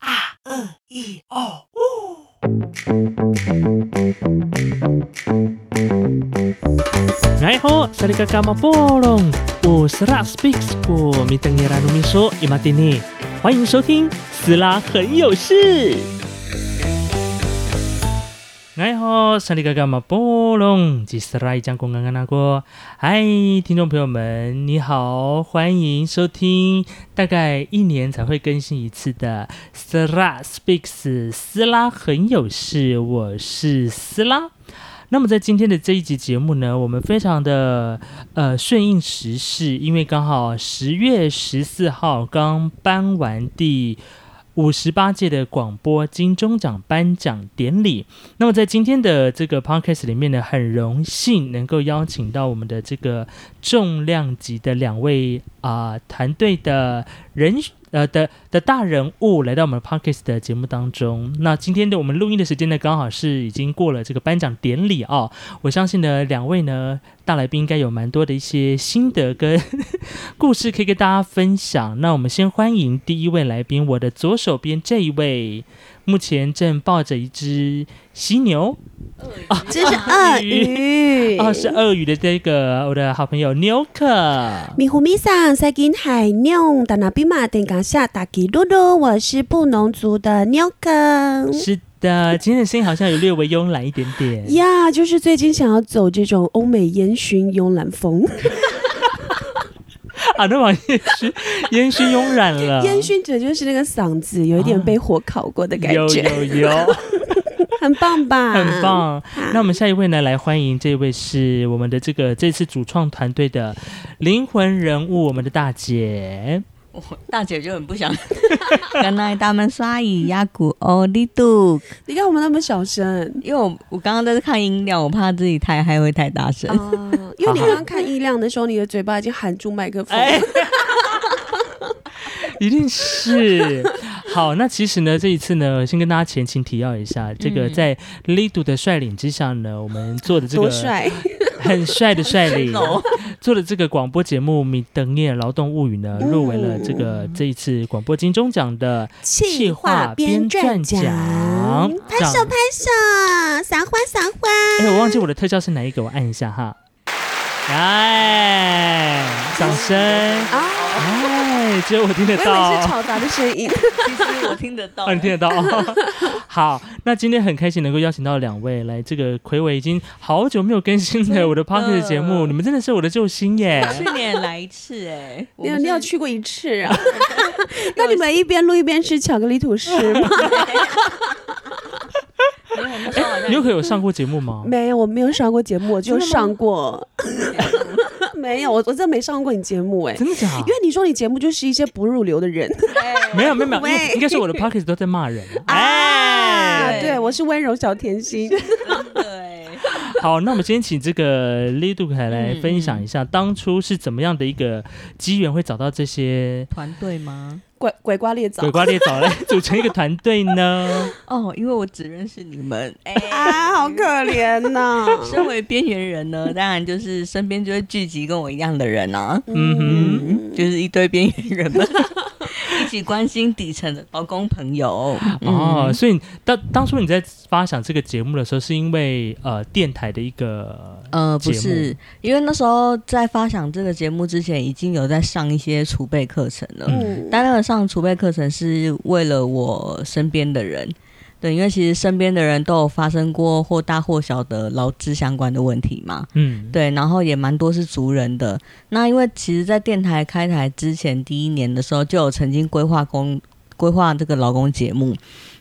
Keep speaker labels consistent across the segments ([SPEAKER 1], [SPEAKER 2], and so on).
[SPEAKER 1] 四一二五。
[SPEAKER 2] 哎吼，萨利嘎嘎马波隆，我是拉 speaks 我米登耶拉努米说伊马蒂尼，欢迎收听斯拉很有事。哎吼，萨利嘎嘎马波隆，吉斯拉一将公安安那过。嗨，听众朋友们，你好，欢迎收听大概一年才会更新一次的斯拉 speaks 斯拉很有事，我是斯拉。那么在今天的这一集节目呢，我们非常的呃顺应时事，因为刚好十月十四号刚颁完第五十八届的广播金钟奖颁奖典礼。那么在今天的这个 podcast 里面呢，很荣幸能够邀请到我们的这个重量级的两位啊、团队的人呃的的大人物来到我们 Parkes 的节目当中。那今天的我们录音的时间呢，刚好是已经过了这个颁奖典礼哦。我相信呢，两位呢大来宾应该有蛮多的一些心得跟故事可以跟大家分享。那我们先欢迎第一位来宾，我的左手边这一位，目前正抱着一只犀牛，
[SPEAKER 3] 这是鳄鱼。
[SPEAKER 2] 哦，是鳄鱼的这个我的好朋友牛可。
[SPEAKER 3] 米糊米桑塞金海妞达那比马登港下打吉露露，我是布农族的妞哥。
[SPEAKER 2] 是的，今天的声音好像有略微慵懒一点点。
[SPEAKER 3] 呀就是最近想要走这种欧美烟熏慵懒风，
[SPEAKER 2] 啊，那王也是烟熏慵懒了，
[SPEAKER 3] 烟熏者就是那个嗓子有一点被火烤过的感
[SPEAKER 2] 有
[SPEAKER 3] 觉，
[SPEAKER 2] 有 有，
[SPEAKER 3] 很棒吧？
[SPEAKER 2] 很。棒。
[SPEAKER 3] 啊
[SPEAKER 2] 那我们下一位呢，来欢迎这位是我们的这个这次主创团队的灵魂人物，我们的大 姐。
[SPEAKER 1] 我大姐就很不 想，
[SPEAKER 4] 刚才他们刷以雅古欧力度，
[SPEAKER 3] 你看我们那么小声
[SPEAKER 4] 因为我我刚刚在看音量，我怕自己太嗨会太大声。
[SPEAKER 3] 啊，
[SPEAKER 2] 哦
[SPEAKER 3] 因为你刚刚看音量的时候，你的嘴巴已经含住麦克风了。
[SPEAKER 2] 哎， 一定是。好，那其实呢，这一次呢，先跟大家前情提要一下，这个
[SPEAKER 4] 嗯
[SPEAKER 2] 在 Lido 的率领之下呢，我们做的这个
[SPEAKER 3] 多帅！
[SPEAKER 2] 很帅的率 领
[SPEAKER 4] 哦
[SPEAKER 2] 做的这个广播节目《米等夜劳动物语》呢，
[SPEAKER 3] 嗯
[SPEAKER 2] 入围了这个这一次广播金钟奖的
[SPEAKER 3] 气化编撰奖，
[SPEAKER 2] 嗯
[SPEAKER 3] 拍手拍手，撒欢撒欢。
[SPEAKER 2] 哎，我忘记我的特效是哪一个，我按一下哈。哎，掌声！
[SPEAKER 3] 啊，
[SPEAKER 2] 哎，只有我听得
[SPEAKER 3] 我以为是
[SPEAKER 2] 到，
[SPEAKER 3] 吵杂的声音。
[SPEAKER 4] 其实我听得 到
[SPEAKER 2] 哦，你听得到。 好，那今天很开心能够邀请到两位来这个魁伟已经好久没有更新的我的 p o c k e t 节目，你们真的是我的救星耶！
[SPEAKER 4] 去年来一次哎、
[SPEAKER 3] 你有你 有去过一次 啊？那你们一边录一边吃巧克力吐司吗？
[SPEAKER 4] 我们说好像
[SPEAKER 2] 牛可有上过节目吗？
[SPEAKER 3] 没有，我没有上过节目，我就
[SPEAKER 2] 真的吗
[SPEAKER 3] 上过。 没有，我我真的没上过你节目哎、
[SPEAKER 2] 真的假
[SPEAKER 3] 因为你说你节目就是一些不入流的人
[SPEAKER 2] 没有没有没有，
[SPEAKER 3] 喂
[SPEAKER 2] 因为应该是我的 p o c k e t 都在骂人。
[SPEAKER 3] 啊，
[SPEAKER 2] 哎，
[SPEAKER 3] 对我是温柔小甜心，
[SPEAKER 4] 对，
[SPEAKER 2] 好，那我们今天请这个 Lido 凯来分享一下，当初是怎么样的一个机缘会找到这些
[SPEAKER 4] 团队吗？
[SPEAKER 3] 拐拐瓜裂枣
[SPEAKER 2] 鬼瓜裂枣来 组成一个团队呢？
[SPEAKER 4] 哦，因为我只认识你们哎。
[SPEAKER 3] 啊，好可怜呐、
[SPEAKER 4] 身为边缘人呢， 当然就是身边就会聚集跟我一样的人啊，
[SPEAKER 2] 嗯哼，
[SPEAKER 4] 嗯，就是一堆边缘人 们一起关心底层的劳工朋友。
[SPEAKER 2] 哦，所以当当初你在发想这个节目的时候，是因为呃电台的一个
[SPEAKER 4] 呃，
[SPEAKER 2] 节
[SPEAKER 4] 不
[SPEAKER 2] 目
[SPEAKER 4] 是，因为那时候在发想这个节目之前，已经有在上一些储备课程了。
[SPEAKER 3] 嗯，
[SPEAKER 4] 但那个上储备课程是为了我身边的人，对，因为其实身边的人都有发生过或大或小的劳资相关的问题嘛。
[SPEAKER 2] 嗯，
[SPEAKER 4] 对，然后也蛮多是族人的。那因为其实，在电台开台之前第一年的时候，就有曾经规划工规划这个劳工节目，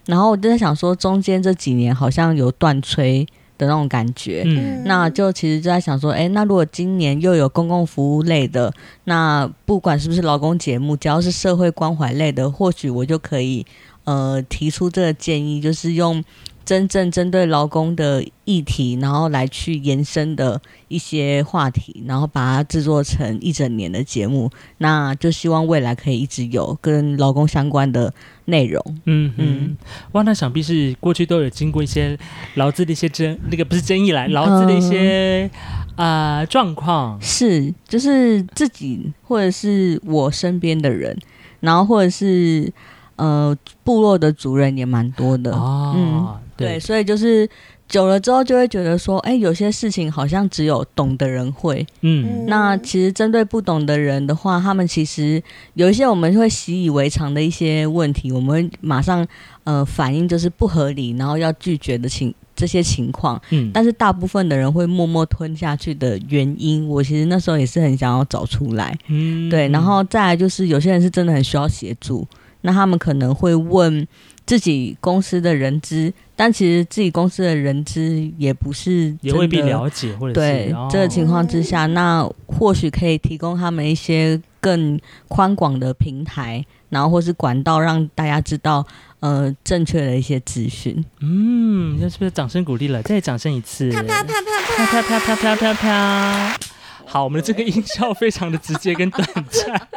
[SPEAKER 4] 然后我就在想说，中间这几年好像有断吹的那种感觉，
[SPEAKER 2] 嗯
[SPEAKER 4] 那就其实就在想说，哎，那如果今年又有公共服务类的，那不管是不是劳工节目，只要是社会关怀类的，或许我就可以呃提出这个建议，就是用真正针对劳工的议题，然后来去延伸的一些话题，然后把它制作成一整年的节目。那就希望未来可以一直有跟劳工相关的内容。
[SPEAKER 2] 嗯嗯
[SPEAKER 4] 嗯，
[SPEAKER 2] 哇，那想必是过去都有经过一些劳资的一些争，那个不是争议
[SPEAKER 4] 嗯
[SPEAKER 2] 啦，劳资的一些啊、呃状况。
[SPEAKER 4] 是，就是自己或者是我身边的人，然后或者是呃部落的族人也蛮多的。
[SPEAKER 2] 哦，
[SPEAKER 4] 嗯对，，所以就是久了之后就会觉得说，哎，有些事情好像只有懂的人会。
[SPEAKER 2] 嗯，
[SPEAKER 4] 那其实针对不懂的人的话，他们其实有一些我们会习以为常的一些问题，我们会马上呃反应就是不合理，然后要拒绝的情这些情况。
[SPEAKER 2] 嗯，
[SPEAKER 4] 但是大部分的人会默默吞下去的原因，我其实那时候也是很想要找出来。
[SPEAKER 2] 嗯
[SPEAKER 4] 对，然后再来就是有些人是真的很需要协助，那他们可能会问自己公司的人资，但其实自己公司的人资也不是
[SPEAKER 2] 也未必
[SPEAKER 4] 真的
[SPEAKER 2] 了解，或者
[SPEAKER 4] 对
[SPEAKER 2] 是哦
[SPEAKER 4] 这个情况之下，那或许可以提供他们一些更宽广的平台，然后或是管道，让大家知道呃正确的一些资讯。
[SPEAKER 2] 嗯，那是不是掌声鼓励了？再掌声一次，啪啪啪啪啪啪啪啪啪啪。好，我们的这个音效非常的直接跟短暂。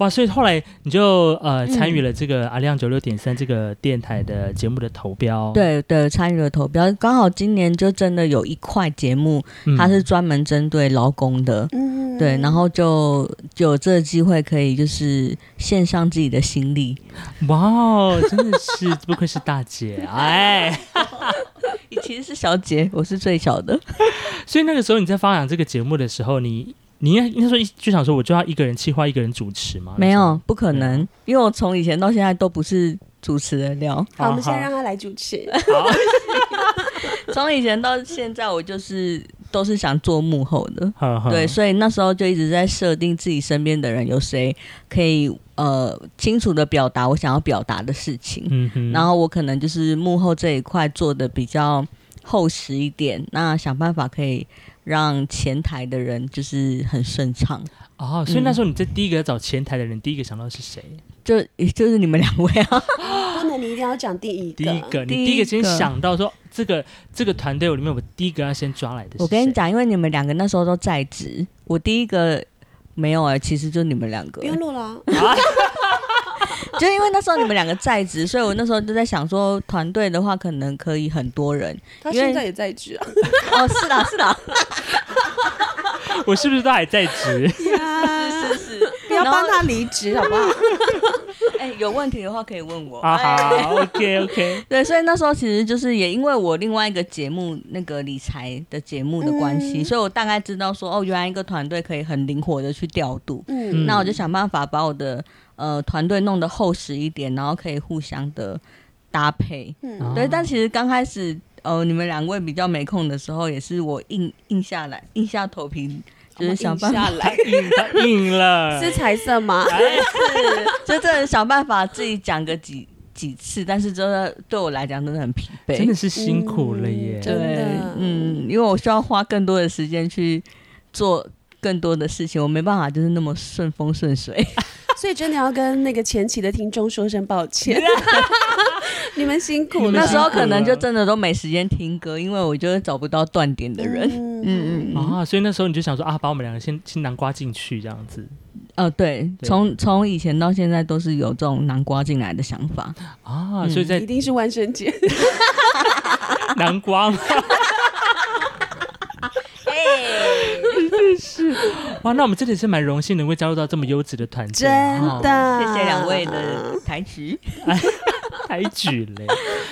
[SPEAKER 2] 哇，所以后来你就呃参与了这个阿亮九六点三这个电台的节目的投标，，
[SPEAKER 4] 对对，参与了投标，刚好今年就真的有一块节目，
[SPEAKER 2] 嗯
[SPEAKER 4] 它是专门针对劳工的。
[SPEAKER 3] 嗯
[SPEAKER 4] 对，然后就就有这个机会可以就是献上自己的心力，
[SPEAKER 2] 哇哦，真的是不愧是大姐哎！
[SPEAKER 4] 你其实是小姐，我是最小的。
[SPEAKER 2] 所以那个时候你在发扬这个节目的时候，你你应该应该说一就想说我就要一个人企划，一个人主持嘛？
[SPEAKER 4] 没
[SPEAKER 2] 那时候
[SPEAKER 4] 有，不可能，因为我从以前到现在都不是主持人料，
[SPEAKER 3] 好，我们现在
[SPEAKER 2] 好
[SPEAKER 3] 让他来主持。
[SPEAKER 4] 从以前到现在我就是都是想做幕后的。
[SPEAKER 2] 呵呵
[SPEAKER 4] 对，所以那时候就一直在设定自己身边的人有谁可以呃清楚的表达我想要表达的事情，
[SPEAKER 2] 嗯哼，
[SPEAKER 4] 然后我可能就是幕后这一块做的比较厚实一点，那想办法可以让前台的人就是很顺畅，
[SPEAKER 2] 哦，所以那时候你在第一个找前台的人，第一个想到是谁？
[SPEAKER 4] 就就是你们两位啊，
[SPEAKER 3] 不能，你一定要讲第一个。
[SPEAKER 2] 第一个，
[SPEAKER 4] 第
[SPEAKER 2] 你
[SPEAKER 4] 一
[SPEAKER 2] 第一个先
[SPEAKER 4] 个
[SPEAKER 2] 想到说这个这个团队里面，我第一个要先抓来的。
[SPEAKER 4] 我跟你，讲，因为你们两个那时候都在职，我第一个没有哎、其实就你们两个
[SPEAKER 3] 不，用录了啊，
[SPEAKER 4] 就因为那时候你们两个在职，所以我那时候就在想说，团队的话可能可以很多人。
[SPEAKER 3] 他
[SPEAKER 4] 因为
[SPEAKER 3] 现在也在职 啊。
[SPEAKER 4] 哦，是啦是啦，
[SPEAKER 2] 我是不是都还在职？
[SPEAKER 4] 是是，
[SPEAKER 3] 不要帮他离职好不好？
[SPEAKER 4] 哎、有问题的话可以问我。
[SPEAKER 2] 啊 好，OK OK，
[SPEAKER 4] 对，所以那时候其实就是也因为我另外一个节目那个理财的节目的关系，
[SPEAKER 3] 嗯
[SPEAKER 4] 所以我大概知道说哦，原来一个团队可以很灵活的去调度。
[SPEAKER 3] 嗯，
[SPEAKER 4] 那我就想办法把我的呃团队弄得厚实一点，然后可以互相的搭配。
[SPEAKER 3] 嗯
[SPEAKER 4] 对，但其实刚开始呃你们两位比较没空的时候，也是我硬硬下来，硬下头皮，就是想办法
[SPEAKER 3] 哦我们硬下 来
[SPEAKER 2] 硬他硬了，
[SPEAKER 3] 是彩色吗？
[SPEAKER 4] 就真的想办法自己讲个几几次，但是真的对我来讲真的很疲惫，
[SPEAKER 2] 真的是辛苦了耶
[SPEAKER 3] 嗯。真
[SPEAKER 4] 对
[SPEAKER 3] 的，
[SPEAKER 4] 嗯，因为我需要花更多的时间去做更多的事情，我没办法就是那么顺风 顺水。
[SPEAKER 3] 所以真的要跟那个前期的听众说声抱 歉，你们辛苦了。
[SPEAKER 4] 那时候可能就真的都没时间听歌，因为我就是找不到断点的人。嗯嗯，
[SPEAKER 2] 啊，所以那时候你就想说啊，把我们两个先先南瓜进去这样子
[SPEAKER 4] 呃，对，
[SPEAKER 2] 对
[SPEAKER 4] 从从以前到现在都是有这种南瓜进来的想法。
[SPEAKER 2] 啊，
[SPEAKER 4] 嗯
[SPEAKER 2] 所以在
[SPEAKER 3] 一定是万圣 节，
[SPEAKER 2] 南瓜吗？ 真的是哇！那我们真的是蛮荣幸能够加入到这么优质的团队，
[SPEAKER 3] 真
[SPEAKER 2] 哦、
[SPEAKER 3] 的。
[SPEAKER 4] 谢谢两位的抬举。
[SPEAKER 2] 抬举嘞。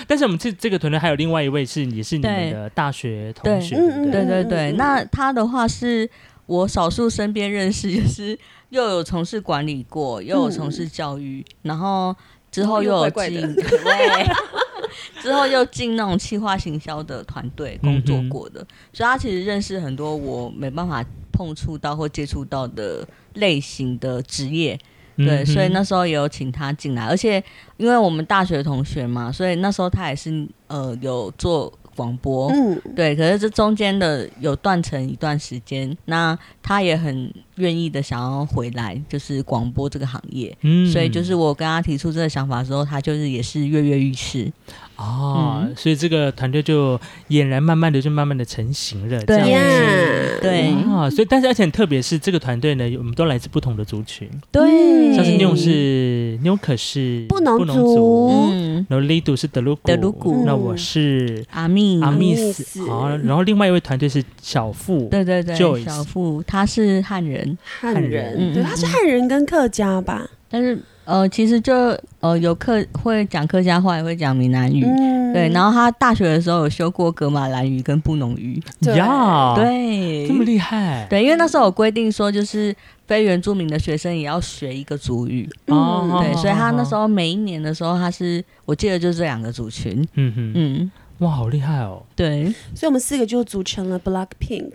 [SPEAKER 2] 但是我们这这个团队还有另外一位是也是你们
[SPEAKER 4] 对
[SPEAKER 2] 的大学同学，
[SPEAKER 3] 对
[SPEAKER 2] 对不
[SPEAKER 4] 对
[SPEAKER 2] 对？
[SPEAKER 4] 对
[SPEAKER 3] 嗯
[SPEAKER 4] 对，
[SPEAKER 3] 嗯
[SPEAKER 4] 那他的话是我少数身边认识，就是又有从事管理过，又有从事教育，然后之后又有
[SPEAKER 3] 嗯哦又怪怪
[SPEAKER 4] 进
[SPEAKER 3] 的
[SPEAKER 4] 对， 之后又进那种企划行销的团队工
[SPEAKER 2] 嗯
[SPEAKER 4] 作
[SPEAKER 2] 哼
[SPEAKER 4] 过的，所以他其实认识很多我没办法碰触到或接触到的类型的职业。对，
[SPEAKER 2] 嗯哼
[SPEAKER 4] 所以那时候也有请他进来，而且因为我们大学同学嘛，所以那时候他也是呃有做广播，
[SPEAKER 3] 嗯，
[SPEAKER 4] 对，可是这中间的有断成一段时间，那他也很愿意的想要回来，就是广播这个行业。
[SPEAKER 2] 嗯
[SPEAKER 4] 所以就是我跟他提出这个想法的时候，他就是也是跃跃欲试。
[SPEAKER 2] 哦，
[SPEAKER 4] 嗯
[SPEAKER 2] 所以这个团队就俨然慢慢的就慢慢的成型了，
[SPEAKER 4] 对
[SPEAKER 2] 这样子。
[SPEAKER 3] 呀，
[SPEAKER 4] 对
[SPEAKER 2] 啊，所以但是而且很特别是这个团队呢，我们都来自不同的族群，
[SPEAKER 4] 嗯
[SPEAKER 3] 对
[SPEAKER 2] 像是妞是妞可是
[SPEAKER 3] 不农
[SPEAKER 2] 族
[SPEAKER 3] 族，
[SPEAKER 4] 嗯，
[SPEAKER 2] 然后 Lido 是德鲁古，
[SPEAKER 4] 德鲁古嗯
[SPEAKER 2] 那我是
[SPEAKER 4] 阿密，
[SPEAKER 2] 阿密
[SPEAKER 3] 密
[SPEAKER 2] 斯，
[SPEAKER 3] 斯
[SPEAKER 2] 好，然后另外一位团队是小富，
[SPEAKER 4] 对对对
[SPEAKER 2] Joyce
[SPEAKER 4] 小富他是汉人，
[SPEAKER 3] 汉
[SPEAKER 2] 汉人
[SPEAKER 3] 人，
[SPEAKER 4] 嗯
[SPEAKER 3] 对，
[SPEAKER 4] 嗯
[SPEAKER 3] 他是汉人跟客家吧？
[SPEAKER 4] 但是呃，其实就呃有客会讲客家话，也会讲闽南语。
[SPEAKER 3] 嗯
[SPEAKER 4] 对，然后他大学的时候有修过格马兰语跟布农语，
[SPEAKER 3] 对
[SPEAKER 2] 呀，，
[SPEAKER 4] 对
[SPEAKER 2] 哦这，么厉害，
[SPEAKER 4] 对，因为那时候有规定说，就是非原住民的学生也要学一个族语，
[SPEAKER 3] 嗯
[SPEAKER 2] 哦
[SPEAKER 4] 对，所以他那时
[SPEAKER 2] 候，
[SPEAKER 4] 候每一年的时候，他是我记得就是这两个族群，
[SPEAKER 2] 嗯哼，
[SPEAKER 4] 嗯，
[SPEAKER 2] 哇，好厉害哦！
[SPEAKER 4] 对，
[SPEAKER 3] 所以我们四个就组成了 Black Pink，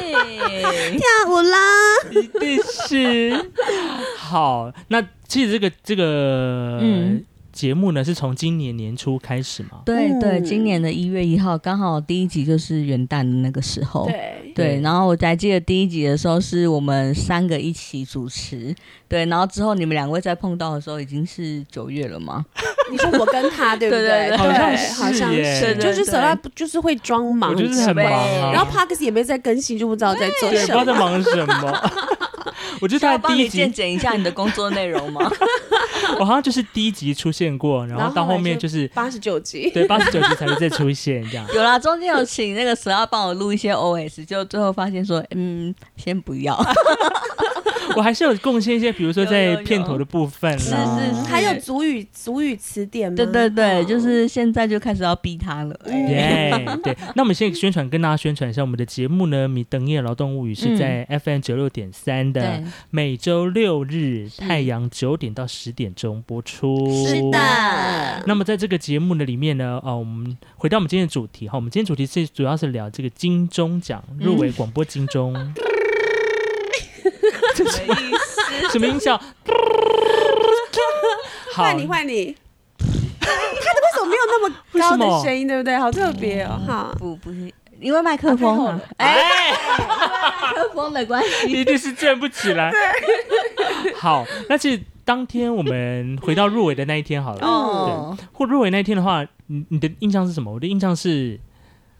[SPEAKER 3] 跳舞啦！
[SPEAKER 2] 一 定是好。那其实这个这个呃
[SPEAKER 4] 嗯
[SPEAKER 2] 节目呢，是从今年年初开始嘛？
[SPEAKER 4] 对对，
[SPEAKER 3] 嗯
[SPEAKER 4] 今年的一月一号刚好第一集就是元旦的那个时候，
[SPEAKER 3] 对，
[SPEAKER 4] 对，
[SPEAKER 2] 对
[SPEAKER 4] 然后我还记得第一集的时候是我们三个一起主持，对，然后之后你们两位再碰到的时候已经是九月了嘛，
[SPEAKER 3] 你说我跟他对不
[SPEAKER 4] 对对对
[SPEAKER 3] 对，
[SPEAKER 2] 好像是
[SPEAKER 3] 好像
[SPEAKER 2] 耶
[SPEAKER 3] 是，
[SPEAKER 4] 对
[SPEAKER 3] 就
[SPEAKER 4] 对
[SPEAKER 3] 是
[SPEAKER 4] 对
[SPEAKER 3] s a 就是会装忙，
[SPEAKER 2] 我就是很忙啊，
[SPEAKER 3] 然后 Parks 也没在更新，就不知道在做
[SPEAKER 2] 对，不知
[SPEAKER 3] 什
[SPEAKER 2] 道在
[SPEAKER 3] 么。
[SPEAKER 2] 忙什 么。我就
[SPEAKER 4] 需要
[SPEAKER 2] 在
[SPEAKER 4] 帮
[SPEAKER 2] 啊第
[SPEAKER 4] 你
[SPEAKER 2] 一
[SPEAKER 4] 鉴
[SPEAKER 2] 集，
[SPEAKER 4] 检一下你的工作内容吗？
[SPEAKER 2] 我好像就是第一集出现过，然
[SPEAKER 3] 然
[SPEAKER 2] 后
[SPEAKER 3] 后
[SPEAKER 2] 到
[SPEAKER 3] 后来
[SPEAKER 2] 后面
[SPEAKER 3] 就
[SPEAKER 2] 就是
[SPEAKER 3] 八十九集，
[SPEAKER 2] 对八十九集才会再出现这 样。
[SPEAKER 4] 有啦，中间有请那个蛇要帮我录一些 OS，就最后发现说，嗯，先不要。
[SPEAKER 2] 我还是有贡献一些，比如说
[SPEAKER 4] 有
[SPEAKER 2] 在
[SPEAKER 4] 有有
[SPEAKER 2] 片头的部分啦，
[SPEAKER 4] 是是是
[SPEAKER 3] 还有主语主语词典吗？
[SPEAKER 4] 对对对，
[SPEAKER 3] 哦
[SPEAKER 4] 就是现在就开始要逼他了。哎
[SPEAKER 2] 耶、对，那我们先宣传，跟大家宣传一下我们的节目呢，《米等夜劳动物语》是
[SPEAKER 3] 嗯
[SPEAKER 2] 在 FM 九六点三的
[SPEAKER 4] 对，
[SPEAKER 2] 每周六日
[SPEAKER 4] 是
[SPEAKER 2] 太阳九点到十点钟播出。
[SPEAKER 3] 是的，
[SPEAKER 2] 那么在这个节目的里面呢，哦，我们回到我们今天的主题哈，我们今天主题是主要是聊这个金钟奖入围广播金钟，
[SPEAKER 4] 什么意思？
[SPEAKER 2] 什么音效？好，
[SPEAKER 3] 换你换你。 他为什么没有那么
[SPEAKER 2] 为
[SPEAKER 3] 高
[SPEAKER 2] 什么
[SPEAKER 3] 的 声音，对不对？好特别哦，哈。
[SPEAKER 4] 不不是，因为麦克风啊，哎，麦克风的关系。
[SPEAKER 2] 一定是站不起来。好，那其实当天我们回到入围的那一天好了，
[SPEAKER 4] 哦，
[SPEAKER 2] 或入围那一天的话，你你的印象是什么？我的印象是，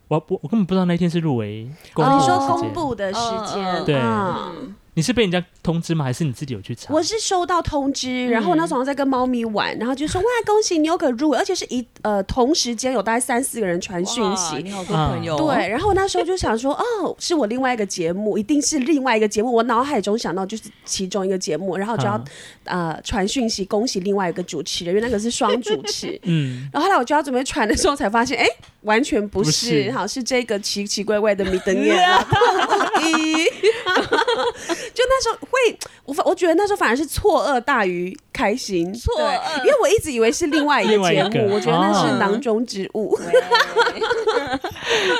[SPEAKER 2] 我我我根本不知道那一天是入围公布的
[SPEAKER 3] 哦你
[SPEAKER 2] 时间、
[SPEAKER 3] 说公布的时
[SPEAKER 4] 嗯嗯
[SPEAKER 3] 间，
[SPEAKER 4] 嗯
[SPEAKER 2] 对
[SPEAKER 3] 嗯
[SPEAKER 2] 你是被人家通知吗？还是你自己有去查？。
[SPEAKER 4] 哦
[SPEAKER 3] 我是收到通知，然后我那时候在跟猫咪玩，然后就说哇，恭喜你有可入围，而且是一呃同时间有大概三四个人传讯
[SPEAKER 4] 哇
[SPEAKER 3] 息
[SPEAKER 4] 你。好多朋友。哦
[SPEAKER 3] 对，，然后我那时候就想说，哦，是我另外一个节目，一定是另外一个节目。我脑海中想到就是其中一个节目，然后就要、呃传讯息恭喜另外一个主持人，因为那个是双主持
[SPEAKER 2] 嗯，
[SPEAKER 3] 然后后来我就要准备传的时候，才发现，哎，完全不
[SPEAKER 2] 不
[SPEAKER 3] 是，
[SPEAKER 2] 是
[SPEAKER 3] 好是这个奇奇怪怪的米登夜 了。咦， 就那时候会，我反我觉得那时候反而是错愕大于开心，
[SPEAKER 4] 错
[SPEAKER 3] 对
[SPEAKER 4] 愕
[SPEAKER 3] 因为我一直以为是另外一
[SPEAKER 2] 另
[SPEAKER 3] 个
[SPEAKER 2] 外一
[SPEAKER 3] 节
[SPEAKER 2] 个啊
[SPEAKER 3] 目，我觉得那是
[SPEAKER 4] 哦
[SPEAKER 3] 囊中之物。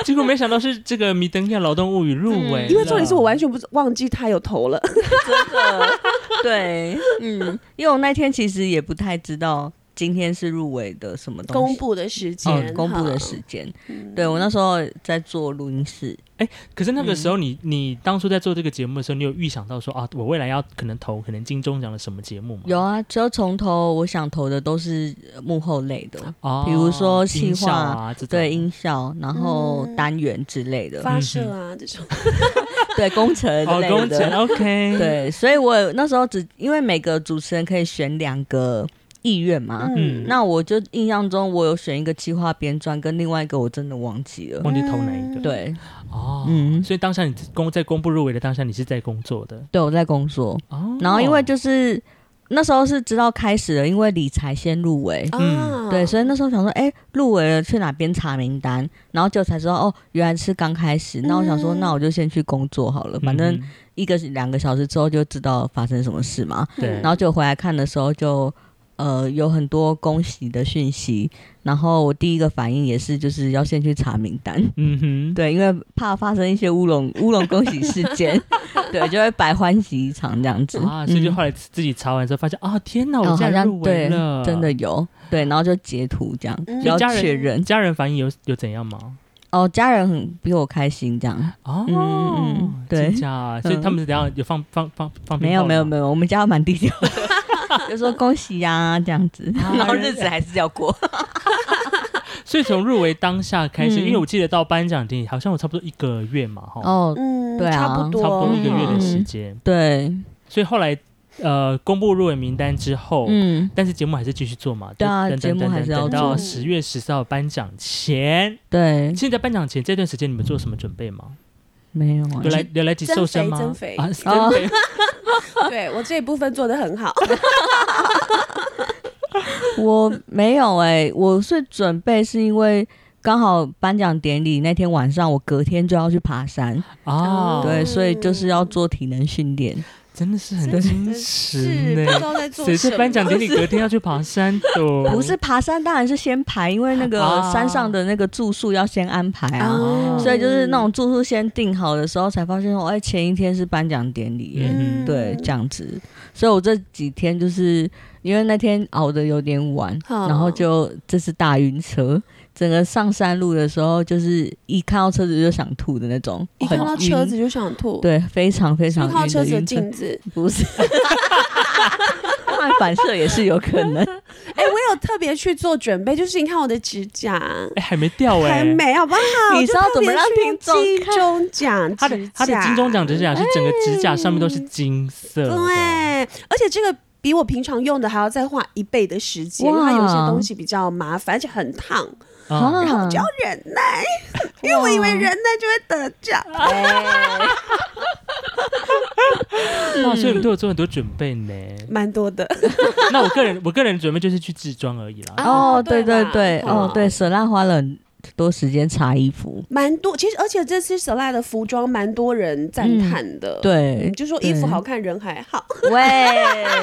[SPEAKER 2] 结果没想到是这个《米登亚劳动物语》入围了、啊
[SPEAKER 3] 因为重点是我完全不知忘记他有投了，
[SPEAKER 4] 真的，对，嗯，因为我那天其实也不太知道今天是入围的什么东
[SPEAKER 3] 公
[SPEAKER 4] 西。
[SPEAKER 3] 布的时
[SPEAKER 4] 哦
[SPEAKER 3] 间，，
[SPEAKER 4] 公布的
[SPEAKER 3] 哈
[SPEAKER 4] 时间，对我那时候在做录音室，
[SPEAKER 2] 可是那个时候你，你当初在做这个节目的时候，你有预想到说啊，我未来要可能投可能金钟奖的什么节目吗？
[SPEAKER 4] 有啊，只有从头我想投的都是呃幕后类的，
[SPEAKER 2] 哦，
[SPEAKER 4] 比如说企
[SPEAKER 2] 音效
[SPEAKER 4] 划
[SPEAKER 2] 啊，这种
[SPEAKER 4] 对音效，然后
[SPEAKER 2] 嗯
[SPEAKER 4] 单元之类的，
[SPEAKER 3] 发射
[SPEAKER 4] 嗯
[SPEAKER 3] 啊这种，
[SPEAKER 4] 对工程
[SPEAKER 2] 哦
[SPEAKER 4] 之类
[SPEAKER 2] 工程
[SPEAKER 4] 的，
[SPEAKER 2] ，OK，，
[SPEAKER 4] 对，所以我那时候只因为每个主持人可以选两个意愿嘛，
[SPEAKER 2] 嗯，
[SPEAKER 4] 那我就印象中我有选一个企划编撰，跟另外一个我真的忘记了，
[SPEAKER 2] 忘记投哪一个？，
[SPEAKER 4] 对，
[SPEAKER 2] 哦，
[SPEAKER 4] 嗯，
[SPEAKER 2] 所以当下你公在公布入围的当下，你是在工作的
[SPEAKER 4] 对我在工作，
[SPEAKER 2] 哦。
[SPEAKER 4] 然后因为就是那时候是知道开始了，因为理财先入围。
[SPEAKER 2] 嗯
[SPEAKER 3] 啊
[SPEAKER 4] 对，所以那时候想说，哎、入围了，去哪边查名单？然后就才知道，哦，原来是刚开始。那我想说，
[SPEAKER 3] 嗯
[SPEAKER 4] 那我就先去工作好了，反正
[SPEAKER 2] 嗯
[SPEAKER 4] 一个两个小时之后就知道发生什么事嘛。
[SPEAKER 2] 对
[SPEAKER 4] 然后就回来看的时候就，呃有很多恭喜的讯息。然后我第一个反应也是，就是要先去查名单，
[SPEAKER 2] 嗯哼，
[SPEAKER 4] 对，因为怕发生一些乌龙乌龙恭喜事 件，对，就会白欢喜一场这样子
[SPEAKER 2] 啊，所以就
[SPEAKER 4] 嗯
[SPEAKER 2] 后来自己查完之后发现啊，天哪，
[SPEAKER 4] 哦
[SPEAKER 2] 我竟
[SPEAKER 4] 好
[SPEAKER 2] 然
[SPEAKER 4] 像
[SPEAKER 2] 入围了，
[SPEAKER 4] 真的。有对，然后就截图这样，
[SPEAKER 3] 嗯
[SPEAKER 4] 然
[SPEAKER 2] 家
[SPEAKER 4] 后
[SPEAKER 2] 人
[SPEAKER 4] 确认
[SPEAKER 2] 家人反应有有怎样吗？
[SPEAKER 4] 哦，家人很比我开心这样，
[SPEAKER 2] 哦，
[SPEAKER 4] 嗯嗯嗯对
[SPEAKER 2] 真假啊，所以他们怎样有放放放放
[SPEAKER 4] 没有没有没
[SPEAKER 2] 有，
[SPEAKER 4] 有，我们家蛮低 调的，就说恭喜呀、这样子，
[SPEAKER 2] 啊
[SPEAKER 4] 然后日子还是要过，
[SPEAKER 2] 所以从入围当下开始，
[SPEAKER 4] 嗯
[SPEAKER 2] 因为我记得到颁奖典礼好像有差不多一个月嘛，哈，
[SPEAKER 4] 哦，
[SPEAKER 3] 嗯，
[SPEAKER 4] 嗯对啊
[SPEAKER 3] 差不多，
[SPEAKER 2] 差不多一个月的
[SPEAKER 4] 事
[SPEAKER 2] 时间，
[SPEAKER 4] 对，
[SPEAKER 2] 所以后来呃公布入围名单之后，
[SPEAKER 4] 嗯，
[SPEAKER 2] 但是节目还是继续做嘛，
[SPEAKER 4] 对啊
[SPEAKER 2] 就等
[SPEAKER 4] 节目
[SPEAKER 2] 等
[SPEAKER 4] 还
[SPEAKER 2] 等
[SPEAKER 4] 是要嗯
[SPEAKER 2] 等到
[SPEAKER 3] 做
[SPEAKER 2] 十月十四号颁奖前。
[SPEAKER 4] 对，
[SPEAKER 2] 现在颁奖前这段时间，你们做什么准备吗？
[SPEAKER 4] 没有啊
[SPEAKER 2] 有，来有来几
[SPEAKER 3] 哦增
[SPEAKER 2] 瘦身
[SPEAKER 3] 肥
[SPEAKER 2] 吗？
[SPEAKER 3] 增肥
[SPEAKER 2] 啊，
[SPEAKER 4] 哦
[SPEAKER 2] 增肥
[SPEAKER 3] 对我这一部分做的很好，
[SPEAKER 4] 我没有哎、我是准备是因为刚好颁奖典礼那天晚上，我隔天就要去爬山，
[SPEAKER 2] 哦，
[SPEAKER 4] 对，所以就是要做体能训练。
[SPEAKER 2] 真的 是很矜持
[SPEAKER 3] 不知
[SPEAKER 2] 呢。
[SPEAKER 3] 道在做
[SPEAKER 2] 谁
[SPEAKER 3] 什
[SPEAKER 2] 是
[SPEAKER 3] 么。
[SPEAKER 2] 颁奖典 礼隔天要去爬山的？
[SPEAKER 4] 不是爬山，当然是先排，因为那个
[SPEAKER 2] 啊
[SPEAKER 4] 山上的那个住宿要先安排啊。
[SPEAKER 3] 嗯
[SPEAKER 2] 哦
[SPEAKER 4] 所以就是那种住宿先订好的时候，才发现说，哎，前一天是颁奖典礼耶，
[SPEAKER 2] 嗯
[SPEAKER 4] 对，这样子。所以我这几天就是因为那天熬的有点晚，
[SPEAKER 3] 哦
[SPEAKER 4] 然后就这是大晕车，整个上山路的时候，就是一看到车子就想吐的那种，
[SPEAKER 3] 一看到
[SPEAKER 4] 很晕
[SPEAKER 3] 车子，就想吐，，
[SPEAKER 4] 对，非常非
[SPEAKER 3] 一
[SPEAKER 4] 常
[SPEAKER 3] 看到
[SPEAKER 4] 晕
[SPEAKER 3] 车
[SPEAKER 4] 的
[SPEAKER 3] 子的
[SPEAKER 4] 晕车，
[SPEAKER 3] 镜子。
[SPEAKER 4] 不是。当然反射也是有 可能，
[SPEAKER 3] 哎，我有特别去做准备，就是你看我的指甲
[SPEAKER 2] 哎，还没掉哎，
[SPEAKER 3] 还美，好不好？
[SPEAKER 4] 哦你知道
[SPEAKER 3] 我就特别
[SPEAKER 4] 怎么让
[SPEAKER 3] 去用
[SPEAKER 4] 听众
[SPEAKER 3] 金
[SPEAKER 4] 看
[SPEAKER 3] 钟奖
[SPEAKER 2] 他
[SPEAKER 3] 指
[SPEAKER 2] 的
[SPEAKER 3] 甲哎
[SPEAKER 2] 他的金钟奖指甲是整个指甲上面都是金色的，
[SPEAKER 3] 对，而且这个比我平常用的还要再花一倍的时间，因为它有些
[SPEAKER 4] 哇
[SPEAKER 3] 东西比较麻烦，而且很烫，
[SPEAKER 2] 啊，
[SPEAKER 4] 然
[SPEAKER 3] 我就要忍耐，因为我以为忍耐就会得奖。
[SPEAKER 2] 哇，所以你对我做很多准备呢。
[SPEAKER 3] 蛮多的，
[SPEAKER 2] 那我个人我个人准备就是去自装而已啦。
[SPEAKER 4] 哦，对
[SPEAKER 3] 对
[SPEAKER 4] 对
[SPEAKER 3] 啦
[SPEAKER 4] 对，哦
[SPEAKER 3] 嗯
[SPEAKER 4] 对，舍烂花了很多时间查衣服，
[SPEAKER 3] 蛮多。其实，而且这次 s e l a 的服装蛮多人赞叹的。
[SPEAKER 4] 对
[SPEAKER 3] 嗯，就说衣服
[SPEAKER 4] 对
[SPEAKER 3] 好看，人还好
[SPEAKER 4] 喂，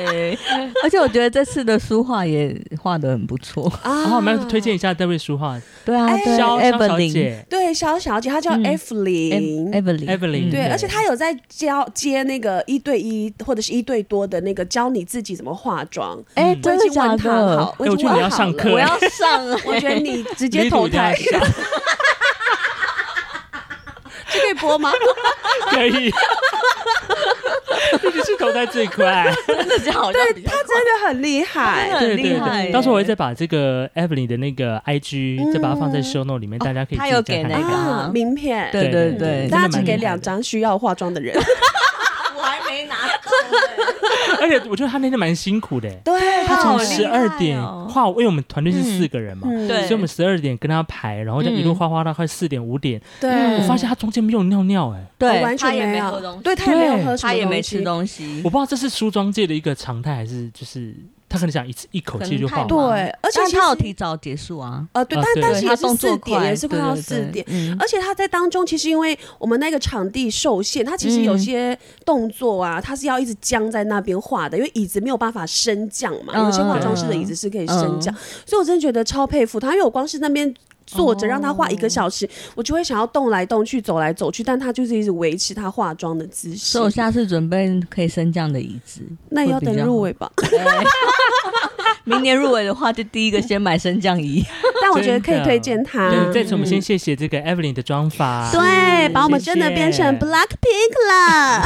[SPEAKER 4] 而且我觉得这次的书画也画的很不错。
[SPEAKER 2] 然
[SPEAKER 3] 啊
[SPEAKER 2] 后我们要哦推荐一下戴瑞书画，
[SPEAKER 4] 对啊，对
[SPEAKER 2] 肖肖小
[SPEAKER 4] ，Evelyn，
[SPEAKER 2] 姐，
[SPEAKER 3] 对萧小姐，她叫
[SPEAKER 4] 嗯
[SPEAKER 3] F 零。
[SPEAKER 4] Evelyn
[SPEAKER 2] Evelyn，
[SPEAKER 3] 对，
[SPEAKER 2] 嗯
[SPEAKER 3] 而且她有在教接那个一对一或者是一对多的那个教你自己怎么化妆，
[SPEAKER 4] 哎，
[SPEAKER 3] 我
[SPEAKER 4] 真
[SPEAKER 3] 已
[SPEAKER 4] 的
[SPEAKER 3] 经
[SPEAKER 4] 假
[SPEAKER 3] 问她
[SPEAKER 4] 的
[SPEAKER 3] 好？，已
[SPEAKER 2] 哎我
[SPEAKER 3] 经
[SPEAKER 2] 觉得你
[SPEAKER 3] 问
[SPEAKER 2] 要
[SPEAKER 3] 好
[SPEAKER 2] 上
[SPEAKER 3] 了
[SPEAKER 2] 课
[SPEAKER 4] 我要上 了，
[SPEAKER 3] 我觉得你直
[SPEAKER 2] 力
[SPEAKER 3] 接
[SPEAKER 2] 度
[SPEAKER 3] 投
[SPEAKER 2] 一定要
[SPEAKER 3] 胎，
[SPEAKER 2] 上
[SPEAKER 3] 这可以播吗？
[SPEAKER 2] 可以， 你是投胎最快。
[SPEAKER 4] 真的这好像比较
[SPEAKER 3] 他真的很厉
[SPEAKER 4] 她
[SPEAKER 3] 害，
[SPEAKER 4] 真的
[SPEAKER 2] 对
[SPEAKER 4] 很
[SPEAKER 2] 对
[SPEAKER 4] 厉害
[SPEAKER 2] 对，
[SPEAKER 4] 耶。
[SPEAKER 2] 到时候我会再把这个 Evelyn 的那个 IG 再把它放在
[SPEAKER 3] 嗯
[SPEAKER 2] show note 里面，
[SPEAKER 4] 哦
[SPEAKER 2] 大家可以
[SPEAKER 4] 她
[SPEAKER 2] 自己
[SPEAKER 4] 有
[SPEAKER 2] 再
[SPEAKER 4] 给
[SPEAKER 2] 看
[SPEAKER 4] 那
[SPEAKER 2] 看
[SPEAKER 4] 个啊
[SPEAKER 3] 啊，名片，
[SPEAKER 4] 对
[SPEAKER 2] 对
[SPEAKER 4] 对
[SPEAKER 2] 对
[SPEAKER 4] 对，
[SPEAKER 2] 真
[SPEAKER 3] 大家
[SPEAKER 2] 的
[SPEAKER 3] 只
[SPEAKER 2] 蛮
[SPEAKER 3] 给
[SPEAKER 2] 厉害
[SPEAKER 3] 两
[SPEAKER 2] 的
[SPEAKER 3] 张需要化妆的人，
[SPEAKER 4] 我还没拿。
[SPEAKER 2] 而且我觉得他那天蛮辛苦的欸，
[SPEAKER 3] 对，
[SPEAKER 2] 他
[SPEAKER 4] 好
[SPEAKER 2] 从
[SPEAKER 4] 厉害
[SPEAKER 2] 十二点
[SPEAKER 4] 哦
[SPEAKER 2] 画，因为我们团队是四个人嘛，
[SPEAKER 3] 嗯
[SPEAKER 4] 对嗯
[SPEAKER 2] 所以我们十二点跟他排，然后就一路画画到快四点五点，
[SPEAKER 3] 对，
[SPEAKER 2] 我发现他中间没有尿尿，哎，
[SPEAKER 3] 我
[SPEAKER 4] 对，
[SPEAKER 3] 完全
[SPEAKER 4] 她也
[SPEAKER 3] 没
[SPEAKER 4] 喝东
[SPEAKER 3] 有，
[SPEAKER 4] 西，
[SPEAKER 3] 对他也没有
[SPEAKER 2] 对
[SPEAKER 3] 喝什么
[SPEAKER 4] 他也没
[SPEAKER 3] 东西
[SPEAKER 4] 吃东西
[SPEAKER 2] 我。不知道这是梳妆界的一个常态，还是就是他可能想一次一口气就画
[SPEAKER 4] 可能太忙
[SPEAKER 2] 完。
[SPEAKER 3] 对，而且
[SPEAKER 4] 但
[SPEAKER 3] 其
[SPEAKER 4] 她有
[SPEAKER 3] 实
[SPEAKER 4] 提早结束啊，
[SPEAKER 3] 呃，对，
[SPEAKER 2] 啊
[SPEAKER 3] 但
[SPEAKER 2] 对
[SPEAKER 3] 但
[SPEAKER 4] 对
[SPEAKER 3] 是
[SPEAKER 4] 她
[SPEAKER 3] 也是
[SPEAKER 4] 动作
[SPEAKER 3] 四点，
[SPEAKER 4] 快，
[SPEAKER 3] 也是快到
[SPEAKER 4] 对
[SPEAKER 3] 四点。，
[SPEAKER 4] 对对嗯
[SPEAKER 3] 而且他在当中，其实因为我们那个场地受限，他其实
[SPEAKER 4] 嗯
[SPEAKER 3] 有些动作啊，他是要一直僵在那边画的，因为椅子没有办法升降嘛。
[SPEAKER 4] 嗯
[SPEAKER 3] 有些化妆师的椅子是可以升降，
[SPEAKER 4] 嗯
[SPEAKER 3] 所以我真的觉得超佩服他，因为我光是那边。坐着
[SPEAKER 4] 哦
[SPEAKER 3] 让他画一个小时，我就会想要动来动去、走来走去，但他就是一直维持他化妆的姿势
[SPEAKER 4] 所以。我下次准备可以升降的椅子。
[SPEAKER 3] 那也要等
[SPEAKER 4] 会比较好
[SPEAKER 3] 入围吧，
[SPEAKER 4] 哎明年入围的话，就第一个先买升降椅。
[SPEAKER 3] 但我觉得可
[SPEAKER 2] 真
[SPEAKER 3] 以
[SPEAKER 2] 的
[SPEAKER 3] 推荐他。
[SPEAKER 2] 对，这次我
[SPEAKER 4] 嗯
[SPEAKER 2] 们先谢谢这个 Evelyn 的妆法，
[SPEAKER 3] 对，把我们真的变成
[SPEAKER 2] 谢谢
[SPEAKER 3] Black Pink 了。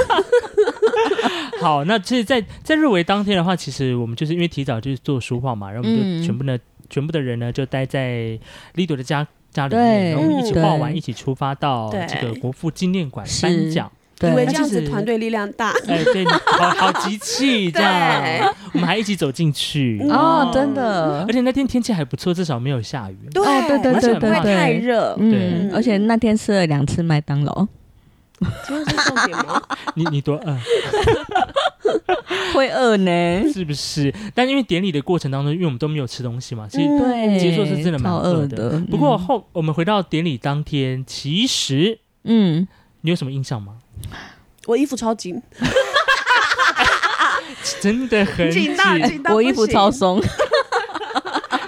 [SPEAKER 2] 好，那其实在，在入围当天的话，其实我们就是因为提早就是做书画嘛，然后我们
[SPEAKER 4] 嗯
[SPEAKER 2] 就全部的、全部的人呢就待在丽朵的家家里
[SPEAKER 4] 对
[SPEAKER 2] 面，然后我们一起
[SPEAKER 4] 嗯
[SPEAKER 2] 画完，
[SPEAKER 4] 对
[SPEAKER 2] 一起出发到
[SPEAKER 3] 对
[SPEAKER 2] 这个国父纪念馆
[SPEAKER 4] 是
[SPEAKER 2] 颁奖。
[SPEAKER 4] 对
[SPEAKER 3] 以为这样子
[SPEAKER 2] 就是
[SPEAKER 3] 团队力量大，
[SPEAKER 4] 哦
[SPEAKER 2] 哎，对，好好集气这样，我们还一起走进去。
[SPEAKER 3] 嗯
[SPEAKER 4] 哦，真的
[SPEAKER 2] 而，且那天天气还不错，至少没有下雨。
[SPEAKER 3] 对
[SPEAKER 4] 哦对对
[SPEAKER 3] 而且
[SPEAKER 2] 对
[SPEAKER 3] 不会
[SPEAKER 2] 对
[SPEAKER 3] 太热，
[SPEAKER 4] 嗯，而且那天吃了两次麦当劳，
[SPEAKER 3] 这是重点 吗？
[SPEAKER 2] 你你多呃饿、
[SPEAKER 4] 会饿呢。
[SPEAKER 2] 是不是？但因为典礼的过程当中，因为我们都没有吃东西嘛，其实
[SPEAKER 3] 嗯
[SPEAKER 4] 对，
[SPEAKER 2] 结束是真的蛮
[SPEAKER 4] 超
[SPEAKER 2] 饿
[SPEAKER 4] 饿
[SPEAKER 2] 的。不过，后我们回到典礼当天，其实
[SPEAKER 4] 嗯，
[SPEAKER 2] 你有什么印象吗？
[SPEAKER 3] 我衣服超紧，
[SPEAKER 2] 真的很紧，
[SPEAKER 4] 嗯我衣服超松，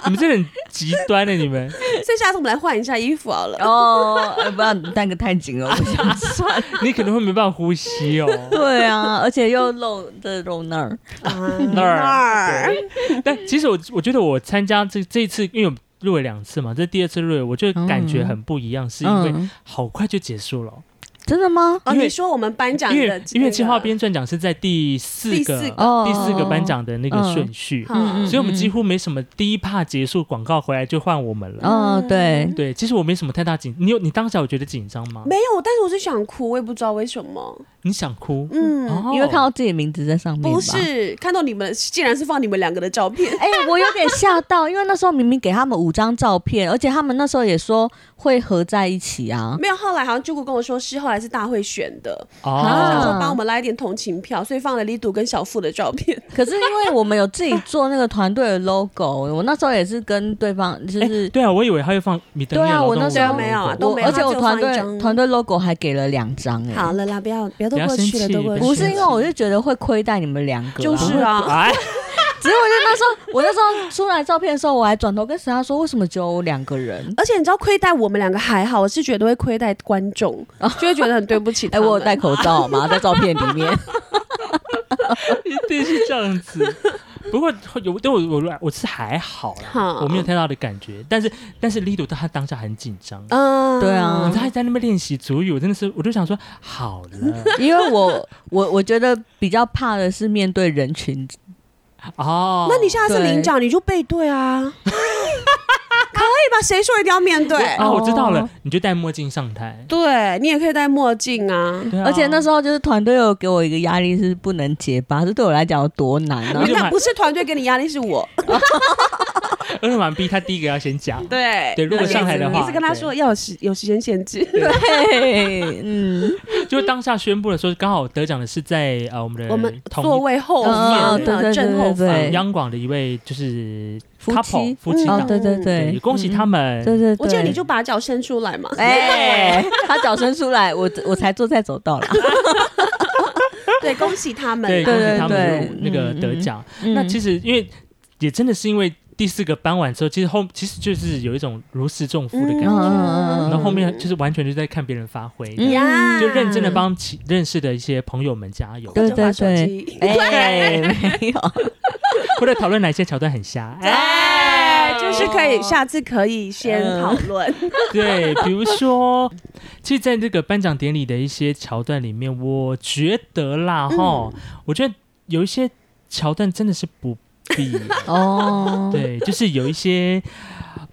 [SPEAKER 2] 你们真的很极端的、你 们。
[SPEAKER 3] 所以下次我们来换一下衣服好了。
[SPEAKER 4] 哦，呃不要那个太紧哦 了，我不想穿。
[SPEAKER 2] 你可能会没办法呼吸哦。
[SPEAKER 4] 对啊，而且又露的露那儿，
[SPEAKER 2] 那儿
[SPEAKER 3] 儿
[SPEAKER 2] 但其实我我觉得我参加这这一次，因为我入围两次嘛，这是第二次入围，我就感觉很不一样，是因为
[SPEAKER 4] 嗯，
[SPEAKER 2] 好快就结束了。
[SPEAKER 4] 真的吗？
[SPEAKER 3] 哦，
[SPEAKER 2] 因为
[SPEAKER 3] 你说我们颁奖
[SPEAKER 2] 因
[SPEAKER 3] 的
[SPEAKER 2] 为因为计划编撰奖是在第四
[SPEAKER 3] 第
[SPEAKER 2] 个
[SPEAKER 3] 四
[SPEAKER 4] 个
[SPEAKER 2] 第四个颁奖的那个顺序，
[SPEAKER 3] 好嗯
[SPEAKER 2] 所以我们几乎没什么第一趴结束广告回来就换我们了。
[SPEAKER 4] 哦，对，
[SPEAKER 2] 对，其实我没什么太大紧，你有你当下有觉得紧张吗？
[SPEAKER 3] 没有，但是我是想哭，我也不知道为什么。
[SPEAKER 2] 你想哭，
[SPEAKER 3] 嗯，
[SPEAKER 2] 哦
[SPEAKER 4] 因为看到自己的名字在上面吧。
[SPEAKER 3] 不是，看到你们竟然是放你们两个的照片，
[SPEAKER 4] 哎、我有点吓到，因为那时候明明给他们五张照片，而且他们那时候也说会合在一起啊。
[SPEAKER 3] 没有。后来好像 j u 跟我说是后来是大会选的，
[SPEAKER 2] 哦，
[SPEAKER 3] 然后想
[SPEAKER 4] 啊
[SPEAKER 3] 说帮我们拉一点同情票，所以放了李赌跟小付的照片。
[SPEAKER 4] 可是因为我们有自己做那个团队的 logo，我那时候也是跟对方就
[SPEAKER 2] 哎
[SPEAKER 4] 是。
[SPEAKER 2] 对啊，我以为他会放米德
[SPEAKER 4] 对啊，
[SPEAKER 2] 劳
[SPEAKER 4] 我
[SPEAKER 2] 动
[SPEAKER 4] 那时候
[SPEAKER 2] 物
[SPEAKER 3] 没有啊
[SPEAKER 2] 的
[SPEAKER 3] 都
[SPEAKER 4] 我
[SPEAKER 3] 没有
[SPEAKER 4] 而且
[SPEAKER 3] 他
[SPEAKER 4] 我
[SPEAKER 3] 只有
[SPEAKER 4] 团
[SPEAKER 3] 放一
[SPEAKER 4] 队
[SPEAKER 3] 张
[SPEAKER 4] 团队 logo 还给了两张哎，
[SPEAKER 3] 好了啦，不要不要都
[SPEAKER 2] 不要
[SPEAKER 3] 过去
[SPEAKER 2] 生
[SPEAKER 3] 了，
[SPEAKER 2] 气
[SPEAKER 3] 都过去
[SPEAKER 4] 不是
[SPEAKER 3] 了
[SPEAKER 4] 因为我就觉得会亏待你们两个啊，
[SPEAKER 3] 就是啊
[SPEAKER 2] 哎，
[SPEAKER 4] 只是我就那时候，我那时候出来照片的时候，我还转头跟沈佳说，为什么只有我两 个人？
[SPEAKER 3] 而且你知道亏待我们两个还好，我是觉得会亏待观众，就会觉得很对不起
[SPEAKER 4] 哎、
[SPEAKER 3] 他们。
[SPEAKER 4] 我有戴口罩吗？ 在照片里面，
[SPEAKER 2] 一定是这样子。不过有对我我我是还好啦，
[SPEAKER 3] 好
[SPEAKER 4] 嗯
[SPEAKER 2] 我没有太大的感觉。但是但是 Lido 他当下很紧张，
[SPEAKER 3] 嗯，
[SPEAKER 4] 对啊
[SPEAKER 2] 他还在那边练习主语，我真的是我就想说好 了
[SPEAKER 4] 因为我我我觉得比较怕的是面对人群，
[SPEAKER 2] 哦。
[SPEAKER 3] 那你下次领奖你就背对啊，可以吧？谁说一定要面对？
[SPEAKER 2] 哦，我知道了
[SPEAKER 4] 哦，
[SPEAKER 2] 你就戴墨镜上台。
[SPEAKER 3] 对你也可以戴墨镜啊。
[SPEAKER 2] 对啊
[SPEAKER 4] 嗯而且那时候就是团队有给我一个压力，是不能结巴，这对我来讲有多难
[SPEAKER 2] 我
[SPEAKER 4] 啊
[SPEAKER 2] 就！买
[SPEAKER 3] 那不是团队给你压力，是我。
[SPEAKER 2] 二马逼他第一个要先讲，
[SPEAKER 3] 对
[SPEAKER 2] 对如果上台的话
[SPEAKER 3] 你是跟他说要有时有时间限制。
[SPEAKER 4] 对，嗯，
[SPEAKER 2] 就当下宣布的时候，刚好得奖的是在呃我们的
[SPEAKER 3] 我们
[SPEAKER 2] 同
[SPEAKER 3] 座位后
[SPEAKER 4] 哦
[SPEAKER 3] 面
[SPEAKER 4] 对对对
[SPEAKER 3] 的正后
[SPEAKER 4] 对
[SPEAKER 3] 方。
[SPEAKER 4] 对
[SPEAKER 2] 呃央广的一位就是
[SPEAKER 4] 夫
[SPEAKER 2] couple
[SPEAKER 4] 妻
[SPEAKER 2] 夫妻
[SPEAKER 4] 哦
[SPEAKER 2] 档，，
[SPEAKER 4] 对对嗯对，
[SPEAKER 2] 恭喜他
[SPEAKER 4] 们，
[SPEAKER 2] 们。
[SPEAKER 4] 对对对，
[SPEAKER 3] 我记得你就把脚伸出来嘛。
[SPEAKER 4] 哎、他脚伸出来，我我才坐在走道啦。
[SPEAKER 3] 对，恭喜他们。
[SPEAKER 2] 对，
[SPEAKER 4] 对
[SPEAKER 2] 恭喜
[SPEAKER 4] 对
[SPEAKER 2] 他们
[SPEAKER 4] 对
[SPEAKER 2] 入那个
[SPEAKER 4] 嗯
[SPEAKER 2] 得
[SPEAKER 4] 嗯
[SPEAKER 2] 奖。那其
[SPEAKER 4] 实
[SPEAKER 2] 实因为也真的是因为第四个颁完之后，其实后其实就是有一种如释重负的感觉，
[SPEAKER 4] 嗯
[SPEAKER 2] 然后后面就是完全就在看别人发挥，
[SPEAKER 4] 嗯
[SPEAKER 3] 呀，
[SPEAKER 2] 就认真的帮其认识的一些朋友们加油，
[SPEAKER 4] 对
[SPEAKER 3] 或者滑手机。
[SPEAKER 4] 哎、没有，
[SPEAKER 2] 或者讨论哪些桥段很瞎，
[SPEAKER 3] 哎，就是可以，下次可以先讨论。
[SPEAKER 2] 对，比如说，其实在这个颁奖典礼的一些桥段里面，我觉得啦
[SPEAKER 4] 嗯
[SPEAKER 2] 哈，我觉得有一些桥段真的是不必，
[SPEAKER 4] 哦，
[SPEAKER 2] 对，就是有一 些。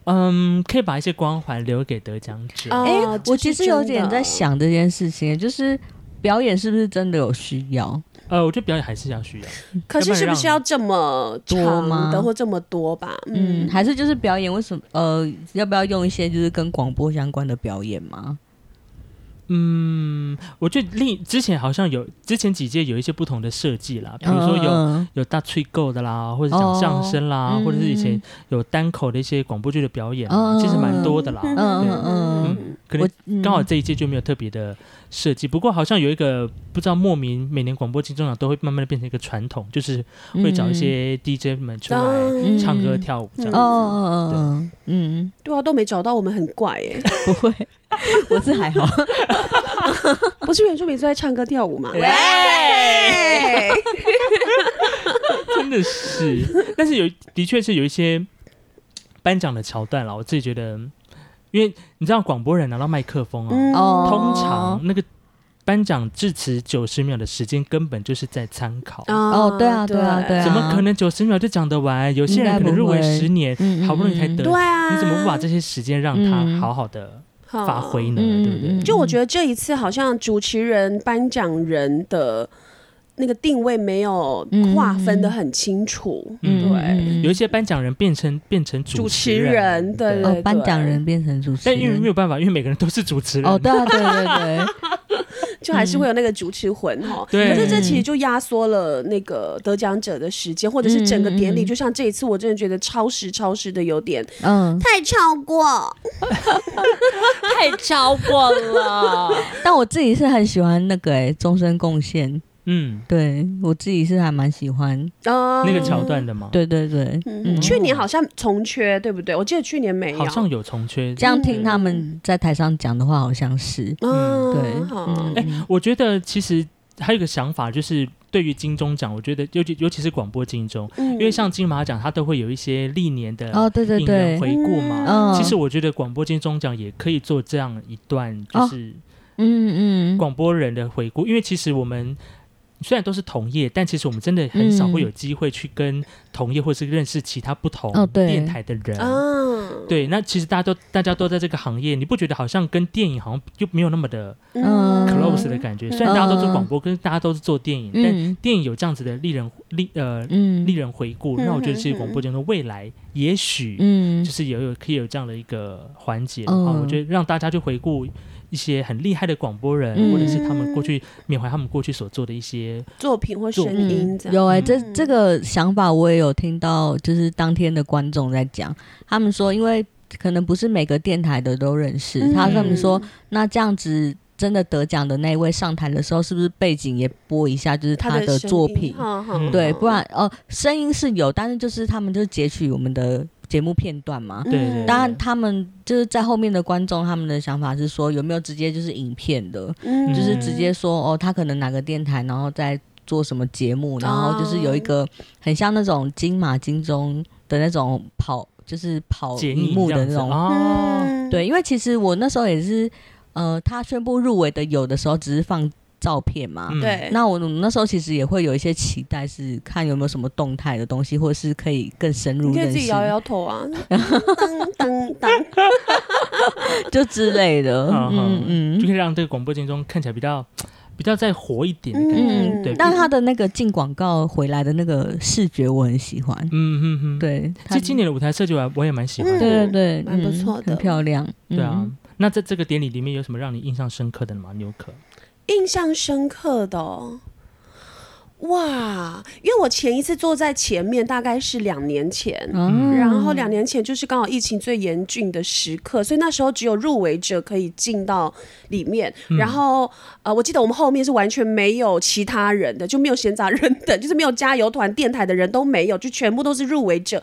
[SPEAKER 2] 嗯，可以把一些光环留给得奖者。
[SPEAKER 3] 哦
[SPEAKER 4] 哎、
[SPEAKER 3] 这
[SPEAKER 4] 我
[SPEAKER 3] 是
[SPEAKER 4] 其实有
[SPEAKER 3] 真的
[SPEAKER 4] 点在想这件事情，就是表演是不是真的有需要？
[SPEAKER 2] 呃，我觉得表演还是要需要。
[SPEAKER 4] 嗯
[SPEAKER 3] 可是是不是要这么长的或这么多吧？
[SPEAKER 4] 嗯，
[SPEAKER 3] 嗯，
[SPEAKER 4] 还是就是表演为什么？呃，要不要用一些就是跟广播相关的表演吗？
[SPEAKER 2] 嗯，我觉得另之前好像有之前几届有一些不同的设计啦，比如说有、
[SPEAKER 4] 嗯
[SPEAKER 2] 有大吹够的啦，或者讲相声啦，
[SPEAKER 4] 哦
[SPEAKER 2] 或者是以前
[SPEAKER 4] 嗯
[SPEAKER 2] 有单口的一些广播剧的表演
[SPEAKER 4] 嗯
[SPEAKER 2] 啊，
[SPEAKER 4] 嗯
[SPEAKER 2] 其实蛮多的啦。
[SPEAKER 4] 嗯嗯嗯，
[SPEAKER 2] 嗯，可能
[SPEAKER 4] 我嗯
[SPEAKER 2] 刚好这一届就没有特别的设计，不过好像有一个不知道莫名每年广播金钟奖都会慢慢的变成一个传统，就是会找一些 DJ 们出来
[SPEAKER 4] 嗯
[SPEAKER 2] 唱歌跳舞这
[SPEAKER 4] 嗯
[SPEAKER 2] 样
[SPEAKER 4] 哦哦哦哦嗯，
[SPEAKER 3] 对啊，都没找到，我们很怪 哎。
[SPEAKER 4] 不会，我是还好。
[SPEAKER 3] 不是原住民都在唱歌跳舞吗？
[SPEAKER 4] 喂，
[SPEAKER 2] 真的是，但是有的确是有一些颁奖的桥段啦，我自己觉得，因为你知道广播人拿到麦克风啊，
[SPEAKER 3] 嗯
[SPEAKER 4] 哦
[SPEAKER 2] 通常那个颁奖致辞九十秒的时间根本就是在参考，
[SPEAKER 4] 哦对啊对啊对啊
[SPEAKER 2] 怎么可能九十秒就讲得完？有些人可能入围十年，
[SPEAKER 4] 嗯
[SPEAKER 2] 好不容易才得，
[SPEAKER 3] 对啊，
[SPEAKER 2] 你怎么不把这些时间让他
[SPEAKER 4] 嗯
[SPEAKER 2] 好好的发挥呢？
[SPEAKER 4] 嗯
[SPEAKER 2] 对不
[SPEAKER 4] 嗯
[SPEAKER 2] 对？
[SPEAKER 4] 嗯
[SPEAKER 3] 就我觉得这一次好像主持人、颁奖人的那个定位没有
[SPEAKER 4] 嗯
[SPEAKER 3] 划分的很清楚。
[SPEAKER 2] 嗯
[SPEAKER 4] 对
[SPEAKER 2] 有一些颁奖人变成变成主
[SPEAKER 3] 主
[SPEAKER 2] 持
[SPEAKER 3] 持
[SPEAKER 2] 人，
[SPEAKER 3] 人对
[SPEAKER 4] 哦，颁奖人变成主持
[SPEAKER 2] 但因为
[SPEAKER 4] 人
[SPEAKER 2] 没。有办法，因为每个人都是主持人，
[SPEAKER 4] 哦，对啊，对对对，
[SPEAKER 3] 就还
[SPEAKER 4] 嗯
[SPEAKER 3] 是会有那个主持魂哈。
[SPEAKER 2] 对
[SPEAKER 3] 可是这其实就压缩了那个得奖者的时间，或者是整个典
[SPEAKER 4] 嗯嗯
[SPEAKER 3] 礼。
[SPEAKER 4] 嗯
[SPEAKER 3] 就像这一次，我真的觉得超时超时的有点
[SPEAKER 4] 嗯，
[SPEAKER 3] 太超过。
[SPEAKER 4] 太超过了。 但我自己是很喜欢那个诶，终身贡献，
[SPEAKER 2] 嗯，
[SPEAKER 4] 对我自己是还蛮喜欢。
[SPEAKER 3] 呃
[SPEAKER 2] 那个桥。段的嘛，
[SPEAKER 4] 对对对，嗯
[SPEAKER 3] 嗯，，去年好像重缺，对不对？我记得去年没有。
[SPEAKER 2] 好像有重缺。
[SPEAKER 4] 这样听他们在台上讲的话，好像是，
[SPEAKER 3] 嗯，
[SPEAKER 4] 对，
[SPEAKER 3] 好
[SPEAKER 4] 嗯，
[SPEAKER 2] 哎 我觉得其实还有一个想法，就是对于金钟奖，我觉得尤其尤其是广播金钟，
[SPEAKER 3] 嗯
[SPEAKER 2] 因为像金马奖，它都会有一些历年的
[SPEAKER 4] 哦，对对
[SPEAKER 2] 影人
[SPEAKER 4] 对，
[SPEAKER 2] 回顾嘛。
[SPEAKER 4] 嗯，
[SPEAKER 2] 其实我觉得广播金钟奖也可以做这样一段，就
[SPEAKER 4] 哦
[SPEAKER 2] 是
[SPEAKER 4] 嗯嗯，
[SPEAKER 2] 广播人的回顾，因为其实我们。虽然都是同业，但其实我们真的很少
[SPEAKER 4] 嗯
[SPEAKER 2] 会有机会去跟同业或是认识其他不同
[SPEAKER 4] 哦对
[SPEAKER 2] 电台的人。
[SPEAKER 3] 嗯
[SPEAKER 2] 对，那其实大家都大家都在这个行业，你不觉得好像跟电影好像就没有那么的
[SPEAKER 4] 嗯
[SPEAKER 2] close 的感觉？虽然大家都做
[SPEAKER 4] 嗯
[SPEAKER 2] 广播，跟大家都是做电影，但
[SPEAKER 4] 嗯
[SPEAKER 2] 电影有这样子的令人令呃
[SPEAKER 4] 嗯
[SPEAKER 2] 令人回顾，那我觉得其实广播节目未来也许
[SPEAKER 4] 嗯
[SPEAKER 2] 就是也有可以有这样的一个环节啊、
[SPEAKER 4] 嗯
[SPEAKER 2] 我觉得让大家去回顾一些很厉害的广播人，
[SPEAKER 4] 嗯
[SPEAKER 2] 或者是他们过去缅怀他们过去所做的一些，
[SPEAKER 3] 作品或声音这样。
[SPEAKER 4] 有哎、这
[SPEAKER 3] 嗯
[SPEAKER 4] 这个想法我也有听到，就是当天的观众在讲，他们说因为可能不是每个电台的都认识，
[SPEAKER 3] 嗯
[SPEAKER 4] 他跟我们说，那这样子真的得奖的那一位上台的时候，是不是背景也播一下，就是
[SPEAKER 3] 他
[SPEAKER 4] 的
[SPEAKER 3] 声
[SPEAKER 4] 作
[SPEAKER 3] 音
[SPEAKER 4] 品？
[SPEAKER 3] 哈哈
[SPEAKER 2] 嗯
[SPEAKER 4] 对，不然哦，声音是有，但是就是他们就是截取我们的节目片段嘛。
[SPEAKER 3] 嗯
[SPEAKER 2] 对对对
[SPEAKER 4] 当然，他们就是在后面的观众，他们的想法是说，有没有直接就是影片的，
[SPEAKER 3] 嗯
[SPEAKER 4] 就是直接说哦，他可能哪个电台，然后在做什么节目，然后就是
[SPEAKER 2] 哦
[SPEAKER 4] 有一个很像那种金马金钟的那种跑，就是跑
[SPEAKER 2] 剪
[SPEAKER 4] 荧
[SPEAKER 2] 影
[SPEAKER 4] 幕
[SPEAKER 2] 这
[SPEAKER 4] 的
[SPEAKER 2] 样
[SPEAKER 4] 那
[SPEAKER 2] 子
[SPEAKER 4] 种。
[SPEAKER 2] 哦，
[SPEAKER 3] 嗯
[SPEAKER 4] 对，因为其实我那时候也是，呃，他宣布入围的有的时候只是放照片嘛，
[SPEAKER 2] 嗯
[SPEAKER 3] 对，
[SPEAKER 4] 那我那时候其实也会有一些期待，是看有没有什么动态的东西，或是可以更深入
[SPEAKER 3] 你可以
[SPEAKER 4] 认
[SPEAKER 3] 自己
[SPEAKER 4] 识，
[SPEAKER 3] 摇摇头啊，噔噔噔，
[SPEAKER 4] 就之类 的。
[SPEAKER 2] 嗯
[SPEAKER 4] 嗯嗯
[SPEAKER 2] 就可以让这个广播节目看起来比较比较再活一点的感觉。
[SPEAKER 4] 嗯
[SPEAKER 2] 对
[SPEAKER 4] 但他的那个进广告回来的那个视觉，我很喜欢。
[SPEAKER 2] 嗯嗯嗯，。
[SPEAKER 4] 对，
[SPEAKER 2] 其实今年的舞台设计我还我也蛮喜欢
[SPEAKER 4] 它
[SPEAKER 2] 的，
[SPEAKER 4] 对对对，
[SPEAKER 3] 蛮不
[SPEAKER 4] 嗯
[SPEAKER 3] 错的
[SPEAKER 4] 很漂亮。
[SPEAKER 2] 对啊
[SPEAKER 4] 嗯。。
[SPEAKER 2] 那在这个典礼里面有什么让你印象深刻的吗？牛可，
[SPEAKER 3] 印象深刻的、哦。哇，因为我前一次坐在前面大概是两年前，
[SPEAKER 4] 嗯
[SPEAKER 3] 然后两年前就是刚好疫情最严峻的时刻，所以那时候只有入围者可以进到里面。然后呃，我记得我们后面是完全没有其他人的，就没有闲杂人等，就是没有加油团、电台的人都没有，就全部都是入围者。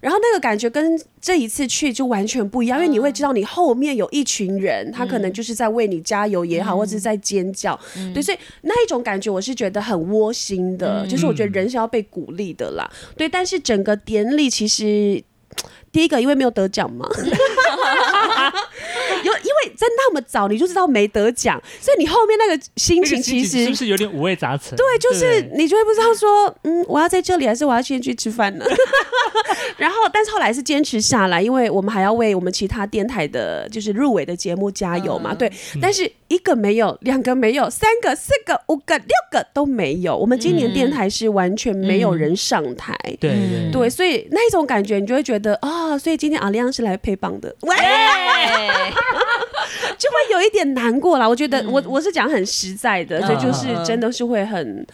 [SPEAKER 3] 然后那个感觉跟这一次去就完全不一样，因为你会知道你后面有一群人，他可能就是在为你加油也好，或者是在尖叫，对，所以那一种感觉我是觉得很窝心的，就是我觉得人是要被鼓励的啦，对。但是整个典礼其实。第一个，因为没有得奖嘛，有因为在那么早你就知道没得奖，所以你后面那个心
[SPEAKER 2] 那
[SPEAKER 3] 情
[SPEAKER 2] 个心
[SPEAKER 3] 其实
[SPEAKER 2] 情是不是有点五味杂陈？
[SPEAKER 3] 对，就是
[SPEAKER 2] 对
[SPEAKER 3] 你就会不知道说，嗯，我要在这里，还是我要先去吃饭呢？ 然后，但是后来是坚持下来，因为我们还要为我们其他电台的，就是入围的节目加油
[SPEAKER 2] 嗯
[SPEAKER 3] 嘛。对，但是一个没有，两个没有，三个、四个、五个、六个都没有。我们今年电台是完全没有人上台。
[SPEAKER 2] 对对
[SPEAKER 4] 嗯
[SPEAKER 3] 对，所以那一种感觉，你就会觉得啊、所以今天阿亮是来陪帮的，喂，就会有一点难过啦。我觉得我、我是讲很实在的，
[SPEAKER 4] 嗯
[SPEAKER 3] 所以就是真的是会很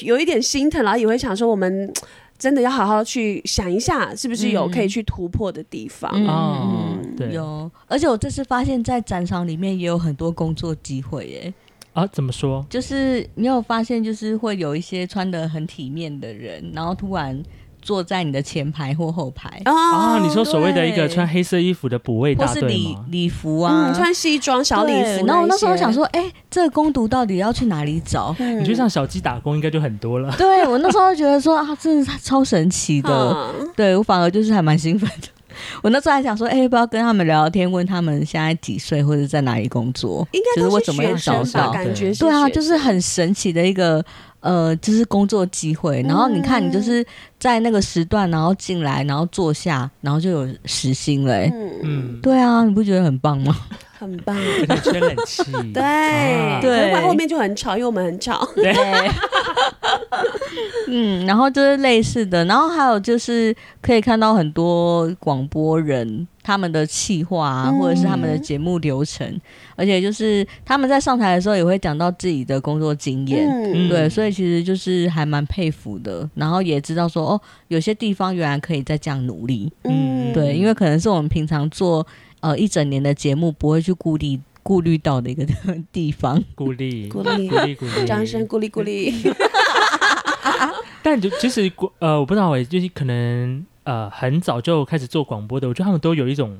[SPEAKER 3] 有一点心疼，然后也会想说我们真的要好好去想一下，是不是有
[SPEAKER 4] 嗯
[SPEAKER 3] 可以去突破的地方。
[SPEAKER 4] 嗯
[SPEAKER 2] 哦
[SPEAKER 4] 嗯，
[SPEAKER 2] 对
[SPEAKER 4] 有，而且我这次发现，在展场里面也有很多工作机会耶。
[SPEAKER 2] 啊，怎么说？
[SPEAKER 4] 就是你有发现，就是会有一些穿的很体面的人，然后突然坐在你的前排或后排，
[SPEAKER 3] 哦
[SPEAKER 2] 啊，你说所谓的一个
[SPEAKER 4] 对
[SPEAKER 2] 穿黑色衣服的补位
[SPEAKER 4] 或
[SPEAKER 2] 大
[SPEAKER 4] 是
[SPEAKER 2] 队
[SPEAKER 4] 礼
[SPEAKER 2] 吗？
[SPEAKER 4] 礼服啊，
[SPEAKER 3] 嗯，穿西装小礼
[SPEAKER 4] 对
[SPEAKER 3] 服，
[SPEAKER 4] 然后我那时候
[SPEAKER 3] 些
[SPEAKER 4] 想，说，哎、这个工读到底要去哪 里找？
[SPEAKER 3] 嗯
[SPEAKER 2] 你去上小鸡打工应该就很多了。
[SPEAKER 4] 对我那时候觉得说啊，真的是超神奇的，
[SPEAKER 3] 嗯
[SPEAKER 4] 对我反而就是还蛮兴奋的。我那时候还想说，哎、要不要跟他们聊聊天，问他们现在几岁或者在哪里工作？
[SPEAKER 3] 应该
[SPEAKER 4] 就是
[SPEAKER 3] 都
[SPEAKER 4] 我
[SPEAKER 3] 是
[SPEAKER 4] 怎么样
[SPEAKER 3] 学生
[SPEAKER 4] 找
[SPEAKER 3] 吧，
[SPEAKER 4] 到？
[SPEAKER 3] 感觉
[SPEAKER 2] 对
[SPEAKER 3] 是
[SPEAKER 4] 对啊，
[SPEAKER 3] 学
[SPEAKER 4] 就是很神奇的一个呃，就是工作机会。然后你看，你
[SPEAKER 3] 嗯
[SPEAKER 4] 就是在那个时段，然后进来，然后坐下，然后就有时薪了、哎
[SPEAKER 3] 嗯，
[SPEAKER 2] 嗯，
[SPEAKER 4] 对啊，你不觉得很棒吗？
[SPEAKER 3] 很棒。
[SPEAKER 2] 而且吹冷气。
[SPEAKER 3] 对、
[SPEAKER 2] 啊
[SPEAKER 4] 嗯对
[SPEAKER 3] 可是后面就很吵，因为我们很吵。
[SPEAKER 4] 对， 嗯，然后就是类似的，然后还有就是可以看到很多广播人他们的企划、啊
[SPEAKER 3] 嗯
[SPEAKER 4] 或者是他们的节目流程，而且就是他们在上台的时候也会讲到自己的工作经验。
[SPEAKER 3] 嗯，
[SPEAKER 4] 对，所以其实就是还蛮佩服的，然后也知道说哦，有些地方原来可以再这样努力。
[SPEAKER 2] 嗯
[SPEAKER 4] 对，因为可能是我们平常做呃一整年的节目不会去顾虑顾虑到的一个地方。
[SPEAKER 2] 鼓励，
[SPEAKER 3] 鼓
[SPEAKER 2] 鼓
[SPEAKER 3] 励
[SPEAKER 2] 励，鼓励，
[SPEAKER 3] 掌声。鼓励鼓励。
[SPEAKER 2] 但就其实国欸呃，我不知道诶，就是可能呃，很早就开始做广播的，我觉得他们都有一种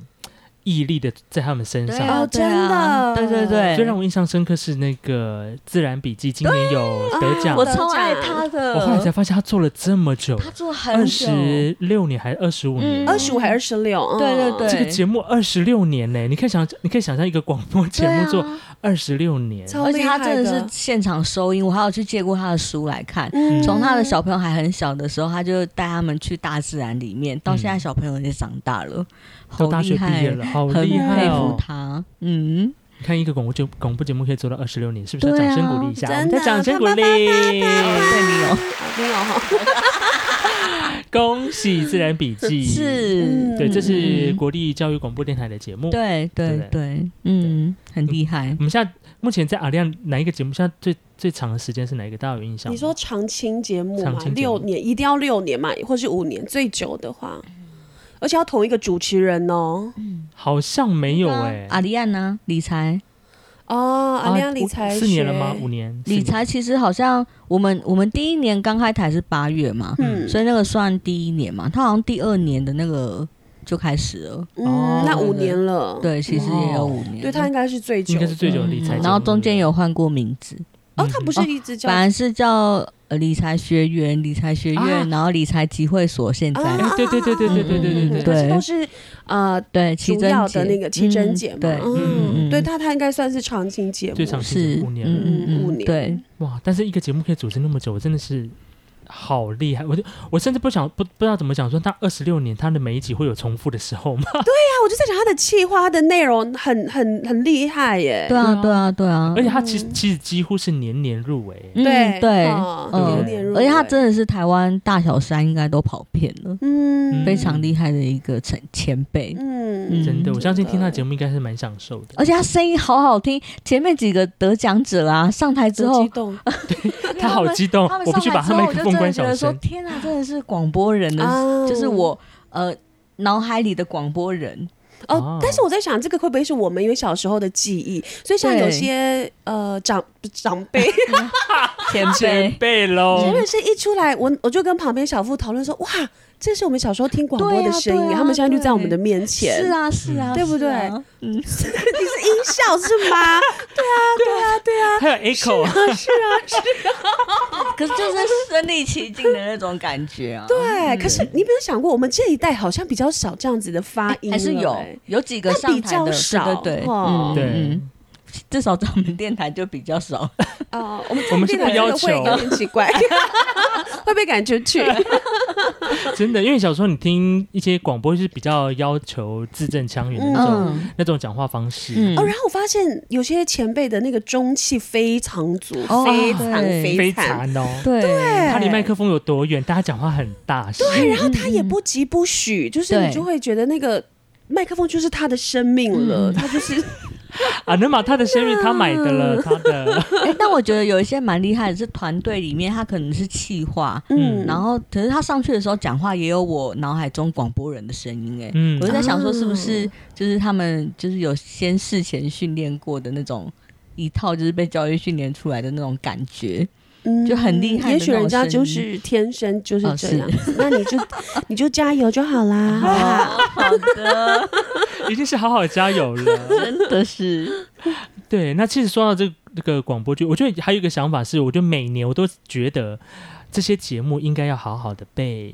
[SPEAKER 2] 屹立的在他们身
[SPEAKER 4] 对
[SPEAKER 2] 上。
[SPEAKER 4] 啊，
[SPEAKER 3] 哦
[SPEAKER 4] 对啊
[SPEAKER 3] 真的
[SPEAKER 4] 对对对，
[SPEAKER 2] 最让我印象深刻是那个《自然笔记》，今年有得奖。
[SPEAKER 4] 啊我
[SPEAKER 2] 我
[SPEAKER 3] 得
[SPEAKER 4] 超爱
[SPEAKER 3] 奖
[SPEAKER 4] 他的，
[SPEAKER 2] 后来才发现他做了这么久，
[SPEAKER 4] 他做很
[SPEAKER 2] 二
[SPEAKER 4] 久，
[SPEAKER 2] 十六年还是二十五年？
[SPEAKER 4] 嗯
[SPEAKER 3] 二十五还二十六？嗯
[SPEAKER 4] 对对对
[SPEAKER 2] 这个节目二十六年呢、你可以想，你可以想象一个广播节目
[SPEAKER 4] 对
[SPEAKER 2] 做
[SPEAKER 4] 啊
[SPEAKER 2] 二十六年，
[SPEAKER 3] 超
[SPEAKER 4] 而且他真的
[SPEAKER 3] 厉害
[SPEAKER 4] 是现场收音，我还有去借过他的书来看。
[SPEAKER 3] 嗯
[SPEAKER 4] 从他的小朋友还很小的时候，他就带他们去大自然里面，到现在小朋友也长大了，好
[SPEAKER 2] 嗯都大学
[SPEAKER 4] 厉
[SPEAKER 2] 毕
[SPEAKER 4] 害
[SPEAKER 2] 业，了，好
[SPEAKER 4] 很
[SPEAKER 2] 厉害
[SPEAKER 4] 佩服
[SPEAKER 2] 哦！
[SPEAKER 4] 他。嗯，
[SPEAKER 2] 你看一个广播节广播节目可以做到二十六年，是不是？
[SPEAKER 4] 对啊
[SPEAKER 2] 掌声鼓励一下，我们
[SPEAKER 3] 真的
[SPEAKER 2] 再掌声鼓励，
[SPEAKER 4] 对你有
[SPEAKER 3] 没有哈，
[SPEAKER 2] 恭喜《自然笔记》。
[SPEAKER 4] 是，
[SPEAKER 3] 嗯
[SPEAKER 2] 对，这是
[SPEAKER 4] 嗯
[SPEAKER 2] 国立教育广播电台的节目。
[SPEAKER 4] 对
[SPEAKER 2] 对
[SPEAKER 4] 对
[SPEAKER 2] 不对
[SPEAKER 4] 对，嗯，很厉害
[SPEAKER 2] 我。们现在目前在阿亮哪一个节目？现在最最长的时间是哪一个？大家有印象吗？
[SPEAKER 3] 你说长青节目
[SPEAKER 2] 长
[SPEAKER 3] 嘛
[SPEAKER 2] 青节，目
[SPEAKER 3] 六年一定要六年嘛，或是五年最久的话，而且要同一个主持人哦。
[SPEAKER 2] 好像没有哎、
[SPEAKER 4] 啊阿里安呢？理财，
[SPEAKER 3] 哦，阿亮理
[SPEAKER 2] 啊
[SPEAKER 3] 财
[SPEAKER 2] 五
[SPEAKER 3] 学
[SPEAKER 2] 四年了吗？五年，四
[SPEAKER 4] 理
[SPEAKER 2] 年
[SPEAKER 4] 财其实好像我们我们第一年刚开台是八月嘛，
[SPEAKER 3] 嗯
[SPEAKER 4] 所以那个算第一年嘛，他好像第二年的那个就开始了。
[SPEAKER 2] 哦
[SPEAKER 3] 嗯，那五年了，
[SPEAKER 4] 对，其实也有五年了，嗯
[SPEAKER 3] 对，他应该是最久
[SPEAKER 2] 应
[SPEAKER 3] 的，
[SPEAKER 2] 该是最久的理财节目、
[SPEAKER 4] 然后中间有换过名字，
[SPEAKER 2] 嗯
[SPEAKER 3] 哦，他不是
[SPEAKER 4] 哦
[SPEAKER 3] 一直叫
[SPEAKER 4] 本来是叫呃理财学员、理财学院，
[SPEAKER 2] 啊
[SPEAKER 4] 然后理财集会所，现在、
[SPEAKER 3] 啊
[SPEAKER 2] 哎对对对对对对对对对
[SPEAKER 3] 可是都是呃
[SPEAKER 4] 对奇
[SPEAKER 3] 主
[SPEAKER 4] 珍
[SPEAKER 3] 要
[SPEAKER 4] 姐
[SPEAKER 3] 的那个七珍姐
[SPEAKER 4] 嗯
[SPEAKER 3] 嘛，
[SPEAKER 4] 对，嗯嗯
[SPEAKER 3] 嗯，对，他他应该算是长青节目，
[SPEAKER 2] 最长
[SPEAKER 4] 是
[SPEAKER 2] 五年
[SPEAKER 4] 嗯嗯嗯
[SPEAKER 3] 五年
[SPEAKER 4] 对，
[SPEAKER 2] 哇！但是一个节目可以主持那么久，我真的是好厉害！我就我甚至不想不不知道怎么讲，说他二十六年，他的每一集会有重复的时候吗？
[SPEAKER 3] 我就在讲他的气话，他的内容很很很厉害耶。
[SPEAKER 4] 对啊，对啊，对啊，
[SPEAKER 2] 而且他其实其实几乎是年年入围，
[SPEAKER 4] 嗯
[SPEAKER 3] 哎对
[SPEAKER 4] 对，
[SPEAKER 3] 哦
[SPEAKER 4] 嗯
[SPEAKER 3] 年年入围
[SPEAKER 4] 而且他真的是台湾大小山应该都跑遍了，
[SPEAKER 3] 嗯
[SPEAKER 4] 非常厉害的一个前前辈。
[SPEAKER 3] 嗯
[SPEAKER 2] 真的，我相信听他的节
[SPEAKER 3] 目
[SPEAKER 2] 目应该是蛮享受的。
[SPEAKER 4] 而且他声音好好听，前面几个得奖者啊，上台之后
[SPEAKER 3] 激，动，
[SPEAKER 2] 他好激动，
[SPEAKER 4] 他们
[SPEAKER 2] 哦我
[SPEAKER 4] 上
[SPEAKER 2] 必须把
[SPEAKER 4] 台之
[SPEAKER 2] 他
[SPEAKER 4] 后，
[SPEAKER 2] 麦
[SPEAKER 4] 我
[SPEAKER 2] 克
[SPEAKER 4] 就
[SPEAKER 2] 风
[SPEAKER 4] 真的
[SPEAKER 2] 关
[SPEAKER 4] 觉
[SPEAKER 2] 小
[SPEAKER 4] 得说
[SPEAKER 2] 声，。
[SPEAKER 4] 天哪，真的是广播人的
[SPEAKER 3] 啊
[SPEAKER 4] 就是我呃脑海里的广播人，
[SPEAKER 2] 哦
[SPEAKER 3] 哦。但是我在想，这个会不会是我们因为小时候的记忆？所以像有
[SPEAKER 4] 对
[SPEAKER 3] 些呃长长辈，
[SPEAKER 4] 前
[SPEAKER 2] 前
[SPEAKER 4] 辈。
[SPEAKER 2] 辈
[SPEAKER 4] 哦
[SPEAKER 2] 喽
[SPEAKER 3] 真，的是一出来，我我就跟旁边小付讨论说，哇，这是我们小时候听广播
[SPEAKER 4] 对
[SPEAKER 3] 的
[SPEAKER 4] 啊
[SPEAKER 3] 声音，
[SPEAKER 4] 对啊
[SPEAKER 3] 他们现在就在我们
[SPEAKER 4] 对
[SPEAKER 3] 的面前。
[SPEAKER 4] 是啊，是啊，
[SPEAKER 3] 对不
[SPEAKER 4] 是
[SPEAKER 3] 对
[SPEAKER 4] 啊？嗯，
[SPEAKER 3] 你是音效是 吗？
[SPEAKER 2] 还有 echo，
[SPEAKER 4] 啊可是就是身临其境的那种感觉啊。
[SPEAKER 3] 对，可是你有没有想过，我们这一代好像比较少这样子的发音了，
[SPEAKER 4] 还是有
[SPEAKER 3] 哎
[SPEAKER 4] 有几个
[SPEAKER 3] 但
[SPEAKER 4] 上
[SPEAKER 3] 比
[SPEAKER 4] 台
[SPEAKER 3] 较
[SPEAKER 4] 的，
[SPEAKER 3] 少
[SPEAKER 4] 对对对，
[SPEAKER 3] 哦
[SPEAKER 4] 嗯
[SPEAKER 2] 对，
[SPEAKER 4] 嗯，至少在我们电台就比较少。
[SPEAKER 3] 哦，我们
[SPEAKER 2] 我们是
[SPEAKER 3] 这
[SPEAKER 2] 不
[SPEAKER 3] 个
[SPEAKER 2] 要求
[SPEAKER 3] 会有点奇 怪，会被赶出去。
[SPEAKER 2] 真的，因为小时候你听一些广播是比较要求字正腔圆的那种、
[SPEAKER 4] 嗯
[SPEAKER 2] 那种讲话方式，
[SPEAKER 4] 嗯
[SPEAKER 3] 哦，，然后我发现有些前辈的那个中气非常足，
[SPEAKER 4] 哦
[SPEAKER 3] 非常
[SPEAKER 4] 对
[SPEAKER 3] 非
[SPEAKER 2] 非
[SPEAKER 3] 常。
[SPEAKER 2] 常哦。
[SPEAKER 4] 嗯对，
[SPEAKER 2] 他离麦克风有多远？大家讲话很大声，
[SPEAKER 3] 对，然后他也不急不徐，就是
[SPEAKER 4] 嗯对
[SPEAKER 3] 你就会觉得那个麦克风就是他的生命
[SPEAKER 4] 嗯
[SPEAKER 3] 了，他就是
[SPEAKER 2] 啊，能把他的生命他买的了，他的
[SPEAKER 4] 哎但我觉得有一些蛮厉害的，是团队里面他可能是气化，
[SPEAKER 2] 嗯
[SPEAKER 3] 嗯，
[SPEAKER 4] 然后，可是他上去的时候讲话也有我脑海中广播人的声音哎、
[SPEAKER 2] 嗯
[SPEAKER 4] 我就在想说是不是就是他们就是有先事前训练过的那种一套，就是被教育训练出来的那种感觉。
[SPEAKER 3] 嗯
[SPEAKER 4] 就很厉害的
[SPEAKER 3] 也许人家
[SPEAKER 4] 那
[SPEAKER 3] 就
[SPEAKER 4] 种声
[SPEAKER 3] 是天生就是
[SPEAKER 4] 哦
[SPEAKER 3] 这
[SPEAKER 4] 是
[SPEAKER 3] 样子，那你 就你就加油就好啦，好不好？
[SPEAKER 4] 啊好的，
[SPEAKER 2] 一定是好好加油了。
[SPEAKER 4] 真的是，
[SPEAKER 2] 对，那其实说到这这个广播剧，我觉得还有一个想法是，我觉得每年我都觉得这些节目应该要好好的被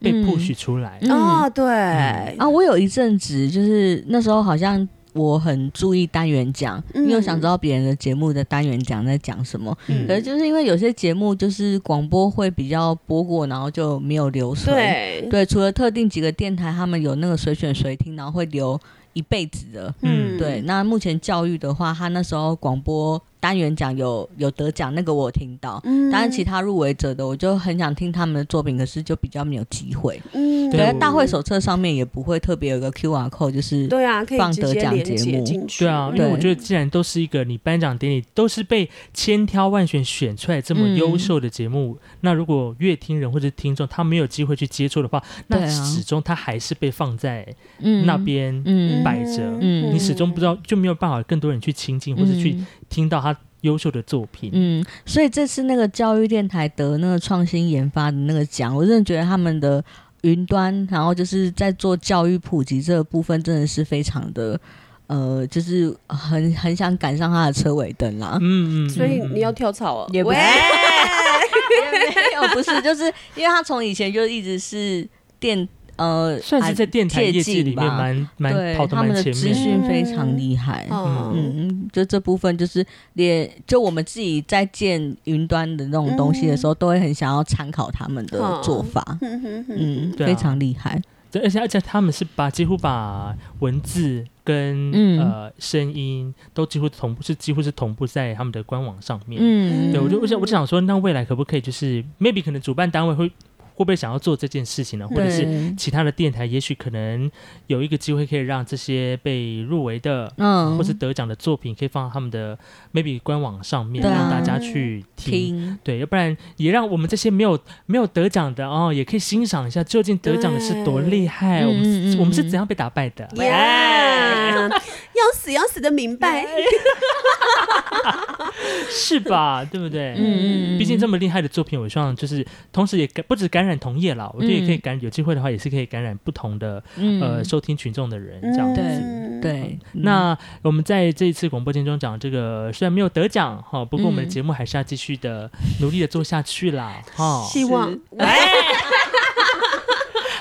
[SPEAKER 2] 被
[SPEAKER 4] 嗯
[SPEAKER 2] push 出来。
[SPEAKER 4] 嗯
[SPEAKER 3] 啊，对，
[SPEAKER 4] 啊，我有一阵子就是那时候好像。我很注意单元奖，因为我想知道别人的节目的单元奖在讲什么。
[SPEAKER 2] 嗯
[SPEAKER 4] 可是就是因为有些节目就是广播会比较播过，然后就没有流传。
[SPEAKER 3] 对，
[SPEAKER 4] 对，除了特定几个电台，他们有那个随选随听，然后会留一辈子的。
[SPEAKER 2] 嗯
[SPEAKER 4] 对，，那目前教育的话，他那时候广播单元奖有有得奖，那个我有听到。
[SPEAKER 3] 嗯
[SPEAKER 4] 当然，其他入围者的，我就很想听他们的作品，可是就比较没有机会。
[SPEAKER 3] 嗯，
[SPEAKER 2] 对
[SPEAKER 4] 对，
[SPEAKER 2] 我
[SPEAKER 4] 大会手册上面也不会特别有一个 QR code，就是
[SPEAKER 3] 对啊，可以
[SPEAKER 4] 放
[SPEAKER 3] 直
[SPEAKER 4] 得
[SPEAKER 3] 接
[SPEAKER 4] 奖
[SPEAKER 3] 连
[SPEAKER 4] 节
[SPEAKER 3] 接
[SPEAKER 4] 目嗯
[SPEAKER 3] 进去，
[SPEAKER 2] 对啊，因为
[SPEAKER 4] 对
[SPEAKER 2] 我觉得既然都是一个你颁奖典礼，都是被千挑万选选出来这
[SPEAKER 4] 嗯
[SPEAKER 2] 么优秀的节目，那如果乐听人或者听众他没有机会去接触的话，那
[SPEAKER 4] 对啊
[SPEAKER 2] 始终他还是被放在
[SPEAKER 4] 嗯
[SPEAKER 2] 那边，
[SPEAKER 4] 嗯
[SPEAKER 2] 摆着
[SPEAKER 4] 嗯
[SPEAKER 2] 你始终不知道，就没有办法更多人去亲近或是去听到他优秀的作品。
[SPEAKER 4] 嗯，所以这次那个教育电台得那个创新研发的那个奖，我真的觉得他们的云端，然后就是在做教育普及这个部分，真的是非常的，呃，就是很很想赶上它的车尾灯啦。
[SPEAKER 2] 嗯嗯，
[SPEAKER 3] 所以
[SPEAKER 2] 嗯
[SPEAKER 3] 你要跳槽哦？
[SPEAKER 4] 也不是
[SPEAKER 3] 喂，
[SPEAKER 4] 也没有，不是，就是因为他从以前就一直是电呃，
[SPEAKER 2] 算是在电台业
[SPEAKER 4] 借
[SPEAKER 2] 界
[SPEAKER 4] 镜
[SPEAKER 2] 里面
[SPEAKER 4] 吧
[SPEAKER 2] 蛮蛮
[SPEAKER 4] 对
[SPEAKER 2] 跑得
[SPEAKER 4] 他
[SPEAKER 2] 蛮
[SPEAKER 4] 们的
[SPEAKER 2] 前
[SPEAKER 4] 资
[SPEAKER 2] 面。
[SPEAKER 4] 讯非常厉害。
[SPEAKER 3] 嗯，
[SPEAKER 4] 嗯，就这部分就是连就我们自己在建云端的那种东西的时候，都会很想要参考他们的做法。
[SPEAKER 3] 嗯哼哼
[SPEAKER 4] 嗯，
[SPEAKER 2] 对啊
[SPEAKER 4] 非常厉害。
[SPEAKER 2] 对，而且而且他们是把几乎把文字跟、
[SPEAKER 4] 嗯
[SPEAKER 2] 呃声音都几乎同步，是几乎是同步在他们的官网上面。
[SPEAKER 4] 嗯，
[SPEAKER 2] 对，我就我想我就想说，那未来可不可以就是 maybe 可能主办单位会会不会想要做这件事情呢？或者是
[SPEAKER 4] 对
[SPEAKER 2] 其他的电台，也许可能有一个机会可以让这些被入围的。
[SPEAKER 4] 嗯，
[SPEAKER 2] 或是得奖的作品可以放到他们的 maybe 官网上面，
[SPEAKER 4] 对啊
[SPEAKER 2] 让大家去听。
[SPEAKER 4] 听，
[SPEAKER 2] 对，要不然也让我们这些没有没有得奖的哦，也可以欣赏一下究竟得奖的是多厉害，
[SPEAKER 4] 对
[SPEAKER 2] 我们是、
[SPEAKER 4] 嗯嗯嗯
[SPEAKER 2] 我们是怎样被打败 的。
[SPEAKER 3] 耶，要死要死的明
[SPEAKER 2] 哎
[SPEAKER 3] 白，
[SPEAKER 2] 是吧？对不对？
[SPEAKER 4] 嗯嗯嗯
[SPEAKER 2] 毕竟这么厉害的作品，我希望就是同时也感不止感染同业啦，我觉得也可以感有机会的话，也是可以感染不同的、
[SPEAKER 4] 嗯
[SPEAKER 2] 呃收听群众的人这样子。
[SPEAKER 3] 嗯，
[SPEAKER 4] 对，
[SPEAKER 2] 那我们在这一次广播金钟奖，这个虽然没有得奖哈，不过我们的
[SPEAKER 4] 嗯
[SPEAKER 2] 节目还是要继续的努力的做下去啦哈，
[SPEAKER 3] 希望
[SPEAKER 4] 是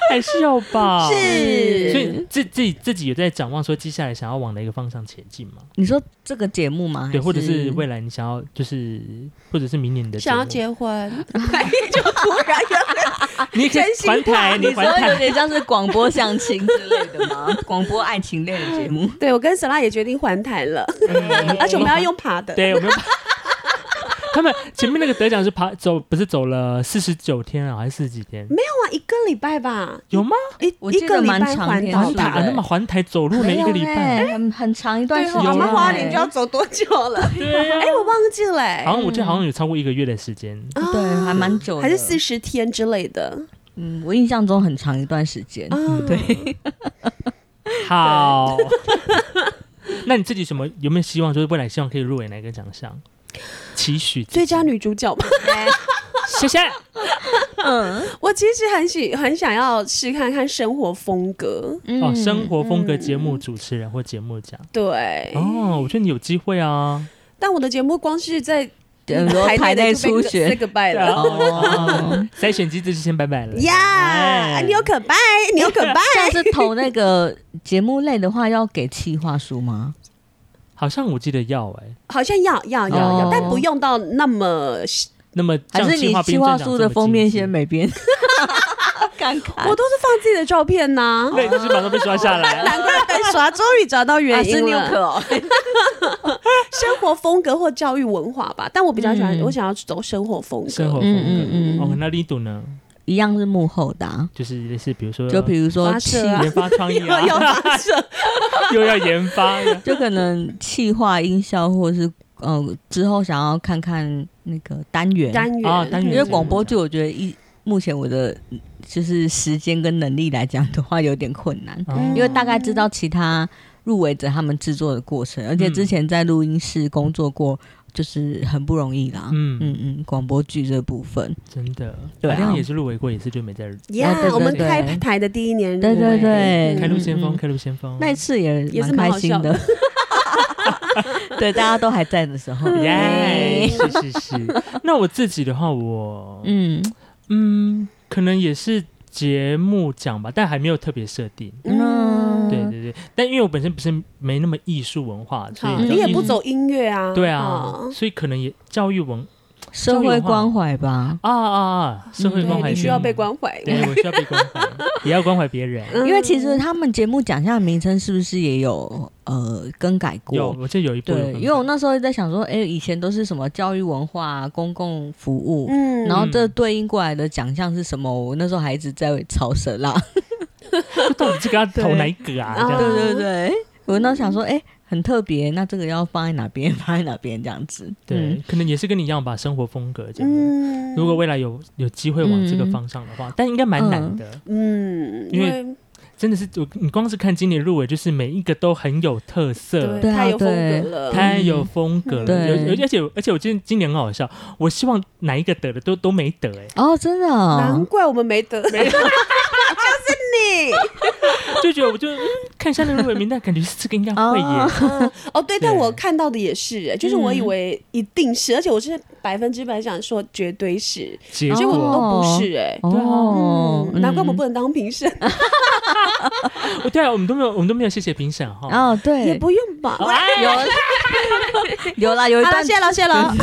[SPEAKER 2] 还是要 吧。
[SPEAKER 3] 是
[SPEAKER 2] 所以自自己自己有在展望说接下来想要往哪一个方向前进吗？
[SPEAKER 4] 你说这个节目吗？
[SPEAKER 2] 对，或者是
[SPEAKER 4] 为
[SPEAKER 2] 未来你想要就是，或者是明年你的节
[SPEAKER 3] 想要
[SPEAKER 2] 目，
[SPEAKER 3] 结婚，哎就突然
[SPEAKER 2] 你可以
[SPEAKER 3] 真心
[SPEAKER 2] 还台，你
[SPEAKER 4] 你说
[SPEAKER 2] 还
[SPEAKER 4] 有
[SPEAKER 2] 台，
[SPEAKER 4] 点像是广播相亲之类的吗？广播爱情类的节目，
[SPEAKER 3] 对我跟 s 拉也决定还台了， 而且我们要用爬的，
[SPEAKER 2] 嗯对，我们他们前面那个得奖是爬走，不是走了四十九天啊，还是四十几天？
[SPEAKER 3] 哇，一个礼拜吧，
[SPEAKER 2] 有吗？
[SPEAKER 3] 一
[SPEAKER 4] 我
[SPEAKER 3] 一
[SPEAKER 4] 记
[SPEAKER 3] 个
[SPEAKER 4] 得
[SPEAKER 3] 礼
[SPEAKER 4] 蛮
[SPEAKER 3] 拜
[SPEAKER 4] 长
[SPEAKER 3] 环
[SPEAKER 4] 天
[SPEAKER 3] 岛
[SPEAKER 4] 数
[SPEAKER 2] 打
[SPEAKER 4] 的
[SPEAKER 3] 吧
[SPEAKER 4] 欸
[SPEAKER 2] 那么环台走路了一个礼拜，
[SPEAKER 4] 没有欸很很长一段
[SPEAKER 3] 对
[SPEAKER 4] 时
[SPEAKER 3] 哦，
[SPEAKER 4] 间
[SPEAKER 2] 有
[SPEAKER 4] 欸。
[SPEAKER 3] 阿
[SPEAKER 2] 啊
[SPEAKER 3] 妈
[SPEAKER 2] 妈
[SPEAKER 3] 花
[SPEAKER 2] 花
[SPEAKER 3] 莲
[SPEAKER 2] 莲
[SPEAKER 3] 就要走多久了？
[SPEAKER 2] 对啊
[SPEAKER 3] 哎，我忘记了，哎
[SPEAKER 2] 好像我记得好像有超过一个月的时间。
[SPEAKER 3] 啊
[SPEAKER 4] 对，还蛮久的，
[SPEAKER 3] 还是四十天之类的
[SPEAKER 4] 嗯，我印象中很长一段时 间。
[SPEAKER 3] 啊？对，
[SPEAKER 2] 好， 那你自己什么有没有希望？就是未来希望可以入围哪个奖项？期许
[SPEAKER 3] 最佳女主角嘛，
[SPEAKER 2] 谢谢。
[SPEAKER 3] 我其实很喜很想要试看看生活风格，
[SPEAKER 4] 嗯
[SPEAKER 2] 哦，生活风格节目主持人或节目奖。
[SPEAKER 3] 对，
[SPEAKER 2] 哦，我觉得你有机会啊。
[SPEAKER 3] 但我的节目光是在
[SPEAKER 4] 很多
[SPEAKER 3] 台
[SPEAKER 4] 台内
[SPEAKER 3] 的就
[SPEAKER 4] 初
[SPEAKER 3] 被 say
[SPEAKER 4] 学，
[SPEAKER 3] goodbye
[SPEAKER 4] 啊
[SPEAKER 3] 了。
[SPEAKER 2] 哦，啊 筛选机制就先拜拜了。
[SPEAKER 4] 啊
[SPEAKER 3] 呀，
[SPEAKER 2] 哎
[SPEAKER 3] 你有可拜，你有可 拜，
[SPEAKER 4] 像是投那个节目类的话，要给企划书吗？
[SPEAKER 2] 好像我记得要哎、
[SPEAKER 3] 好像要要要要
[SPEAKER 4] 哦，
[SPEAKER 3] 但不用到那么
[SPEAKER 2] 那么这
[SPEAKER 4] 还
[SPEAKER 2] 样
[SPEAKER 4] 是你
[SPEAKER 2] 计划
[SPEAKER 4] 企划书的封面先？美编？看 看
[SPEAKER 3] 我都是放自己的照片呐、
[SPEAKER 4] 哦
[SPEAKER 2] 那你就是马上被刷下来。
[SPEAKER 3] 难怪被刷，终于找到
[SPEAKER 4] 啊
[SPEAKER 3] 原
[SPEAKER 4] 是
[SPEAKER 3] 因
[SPEAKER 4] 纽
[SPEAKER 3] 了。
[SPEAKER 4] 可哦，
[SPEAKER 3] 生活风格或教育文化吧，但我比较喜欢，
[SPEAKER 4] 嗯
[SPEAKER 3] 我想要走生活风格。
[SPEAKER 2] 生 活风格，
[SPEAKER 4] 嗯嗯嗯
[SPEAKER 2] 哦，那力度呢？
[SPEAKER 4] 一样是幕后的啊，
[SPEAKER 2] 就是类似，比如说，
[SPEAKER 4] 就比如说
[SPEAKER 3] 发
[SPEAKER 4] 企
[SPEAKER 3] 射啊
[SPEAKER 2] 研发创意
[SPEAKER 3] 又
[SPEAKER 2] 啊，
[SPEAKER 3] 要发射，
[SPEAKER 2] 又要研发，
[SPEAKER 4] 就可能气化音效，或者是呃之后想要看看那个单元，
[SPEAKER 3] 单元、
[SPEAKER 2] 啊单元
[SPEAKER 4] 因为广播剧我觉得一目前我的就是时间跟能力来讲的话有点困难，
[SPEAKER 2] 哦
[SPEAKER 4] 因为大概知道其他入围者他们制作的过程，而且之前在录音室工作过，就是很不容易啦。
[SPEAKER 2] 嗯
[SPEAKER 4] 嗯嗯，广播剧这部分，
[SPEAKER 2] 真的，
[SPEAKER 4] 对啊
[SPEAKER 2] 好像也是入围过一次，就没在
[SPEAKER 3] 呀、
[SPEAKER 4] 啊对对
[SPEAKER 3] 我们
[SPEAKER 4] 对
[SPEAKER 3] 开台的第一年，
[SPEAKER 4] 对对
[SPEAKER 3] 嗯
[SPEAKER 4] 对，
[SPEAKER 2] 开路先
[SPEAKER 4] 嗯
[SPEAKER 2] 锋，
[SPEAKER 4] 嗯
[SPEAKER 2] 开路先锋，
[SPEAKER 4] 那一次也
[SPEAKER 3] 也是蛮
[SPEAKER 4] 开
[SPEAKER 3] 好
[SPEAKER 4] 心
[SPEAKER 3] 笑
[SPEAKER 4] 的。 对，大家都还在的时候，
[SPEAKER 2] 耶，是是是。那我自己的话，我
[SPEAKER 4] 嗯，
[SPEAKER 2] 嗯，可能也是节目奖吧，但还没有特别设定。
[SPEAKER 4] 嗯
[SPEAKER 2] 对对对，但因为我本身不是没那么艺术文化，所
[SPEAKER 3] 好，
[SPEAKER 2] 以
[SPEAKER 3] 你
[SPEAKER 2] 就
[SPEAKER 3] 也
[SPEAKER 2] 艺
[SPEAKER 3] 不
[SPEAKER 2] 术
[SPEAKER 3] 走音乐啊？
[SPEAKER 2] 对
[SPEAKER 3] 哦
[SPEAKER 2] 啊，所以可能也教育文
[SPEAKER 4] 社会关怀吧。
[SPEAKER 2] 啊啊啊，社会
[SPEAKER 4] 嗯
[SPEAKER 2] 关
[SPEAKER 3] 对，
[SPEAKER 2] 怀
[SPEAKER 3] 你
[SPEAKER 2] 节
[SPEAKER 3] 需要
[SPEAKER 2] 目
[SPEAKER 3] 被，关怀。
[SPEAKER 2] 对我需要被关怀，也要关怀别 人。
[SPEAKER 3] 嗯
[SPEAKER 4] 因为其实他们节目奖项的名称是不是也有呃更改过？
[SPEAKER 2] 有，我记得有一部有
[SPEAKER 4] 对，
[SPEAKER 2] 分
[SPEAKER 4] 因为 我
[SPEAKER 2] 配
[SPEAKER 4] 那时候在想说，哎、以前都是什么教育文化啊、公共服务，
[SPEAKER 3] 嗯
[SPEAKER 4] 然后这对应过来的奖项是什么？我那时候还一直在吵舌啦。
[SPEAKER 2] 到底是给他投哪一个啊？这
[SPEAKER 3] 对
[SPEAKER 2] 样
[SPEAKER 4] 对对对， 我那时候想说，哎、很特别，那这个要放在哪边？ 放在哪边？这样子。
[SPEAKER 2] 对
[SPEAKER 4] 嗯，
[SPEAKER 2] 可能也是跟你一样吧，生活风格这样。
[SPEAKER 3] 嗯
[SPEAKER 2] 如果未来有有机会往这个方向的话，但应该蛮难的，
[SPEAKER 3] 嗯，
[SPEAKER 2] 因
[SPEAKER 3] 因
[SPEAKER 2] 为
[SPEAKER 3] 为
[SPEAKER 2] 真的是我你光是看今年入围，就是每一个都很有特色
[SPEAKER 3] 对，
[SPEAKER 4] 对啊
[SPEAKER 3] 太有风
[SPEAKER 4] 对
[SPEAKER 3] 格了，
[SPEAKER 2] 太有风格了。
[SPEAKER 4] 嗯
[SPEAKER 2] 有有
[SPEAKER 4] 对
[SPEAKER 2] 而且而且我今今年很好笑，我希望哪一个得的都都没得哎、
[SPEAKER 4] 哦，真的、
[SPEAKER 3] 难
[SPEAKER 4] 哦，
[SPEAKER 3] 怪我们没得，
[SPEAKER 2] 就觉得我就、嗯看一下那个入围名单，感觉是这个应该会耶。
[SPEAKER 3] 哦，对，但
[SPEAKER 2] 对
[SPEAKER 3] 我看到的也是、哎就是我以
[SPEAKER 2] 嗯
[SPEAKER 3] 为一定是，而且我是百分之百想说绝对是，
[SPEAKER 2] 结
[SPEAKER 3] 结
[SPEAKER 2] 果
[SPEAKER 3] 果
[SPEAKER 4] 哦
[SPEAKER 3] 都不是哎、
[SPEAKER 4] 哦，
[SPEAKER 3] 嗯，难怪我们
[SPEAKER 4] 嗯
[SPEAKER 3] 不能当评审，
[SPEAKER 2] 我对啊，我们都没有，我们都没有谢谢评审啊哈。
[SPEAKER 4] 哦，对，
[SPEAKER 3] 也不用吧。
[SPEAKER 2] 哦哎
[SPEAKER 3] 好
[SPEAKER 4] 有有啦，有一
[SPEAKER 3] 了，
[SPEAKER 4] 段
[SPEAKER 3] 谢了，谢了。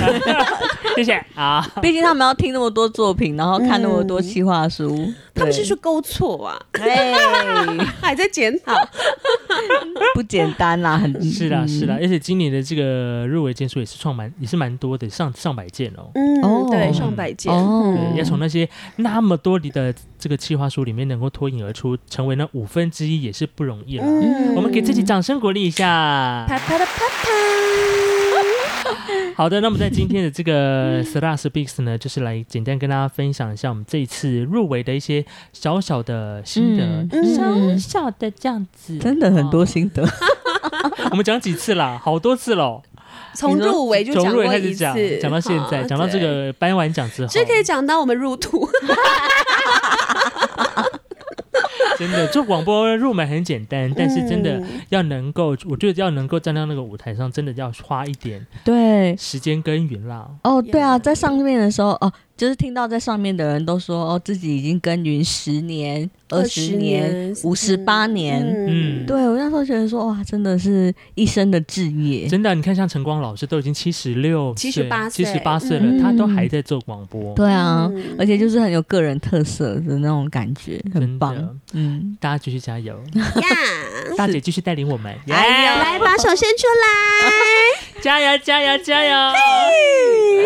[SPEAKER 2] 谢谢啊，
[SPEAKER 4] 毕竟他们要听那么多作品，然后看那么多
[SPEAKER 3] 嗯
[SPEAKER 4] 企划书，
[SPEAKER 3] 他们
[SPEAKER 4] 对
[SPEAKER 3] 是说勾错啊，
[SPEAKER 4] 哎，
[SPEAKER 3] 还在检讨。
[SPEAKER 4] 不简单啦，很
[SPEAKER 2] 是啦是啦，，而且今年的这个入围件数也是创蛮也是蛮多的，上上百件哦。
[SPEAKER 3] 嗯，
[SPEAKER 4] 哦
[SPEAKER 3] 对，上百件。
[SPEAKER 4] 哦
[SPEAKER 2] 对，要
[SPEAKER 3] 嗯
[SPEAKER 2] 从那些那么多里的这个企划书里面能够脱颖而出，成为那五分之一也是不容易啦。
[SPEAKER 3] 嗯
[SPEAKER 2] 我们给自己掌声鼓励一下。
[SPEAKER 3] 啪啪啪啪啪。
[SPEAKER 2] 好的，那么在今天的这
[SPEAKER 3] 嗯
[SPEAKER 2] 个 Star Speaks 呢，就是来简单跟大家分享一下我们这一次入围的一些小小的心得，
[SPEAKER 4] 嗯
[SPEAKER 2] 小小的这样子，
[SPEAKER 4] 真的很多心得，
[SPEAKER 2] 哦。我们讲几次啦，好多次喽，
[SPEAKER 3] 从入围就
[SPEAKER 2] 从
[SPEAKER 3] 讲
[SPEAKER 2] 入围
[SPEAKER 3] 过
[SPEAKER 2] 开
[SPEAKER 3] 一
[SPEAKER 2] 始讲
[SPEAKER 3] 次，，
[SPEAKER 2] 讲到现在，
[SPEAKER 3] 好
[SPEAKER 2] 讲到这，
[SPEAKER 3] 对
[SPEAKER 2] 个颁完奖之后，
[SPEAKER 3] 这可以讲到我们入土。
[SPEAKER 2] 真的做广播入门很简单，但 是真的
[SPEAKER 3] 嗯
[SPEAKER 2] 要能够，我觉得要能够站到那个舞台上，真的要花一点
[SPEAKER 4] 对。
[SPEAKER 2] 时间耕耘啦。
[SPEAKER 4] 哦，对啊，
[SPEAKER 3] Yeah
[SPEAKER 4] 在上面的时候，哦，就是听到在上面的人都说，哦，自己已经耕耘十年、二十年、五十八年，
[SPEAKER 2] 嗯
[SPEAKER 4] 对我那时候觉得说，哇，真的是一生的志业，
[SPEAKER 2] 真的，你看像陈光老师都已经七十六、
[SPEAKER 3] 78
[SPEAKER 2] 七
[SPEAKER 3] 岁
[SPEAKER 2] 十八岁了，
[SPEAKER 4] 嗯
[SPEAKER 2] 他都还在做广播。
[SPEAKER 4] 对啊，
[SPEAKER 3] 嗯
[SPEAKER 4] 而且就是很有个人特色的那种感觉，
[SPEAKER 2] 真
[SPEAKER 4] 很
[SPEAKER 2] 的啊
[SPEAKER 4] 棒， 嗯，
[SPEAKER 2] 大家继续加 油，
[SPEAKER 3] 呀，
[SPEAKER 2] 大姐继续带领我们，
[SPEAKER 4] 哎呀
[SPEAKER 3] 来把手伸出 来。
[SPEAKER 2] 加油加油加油！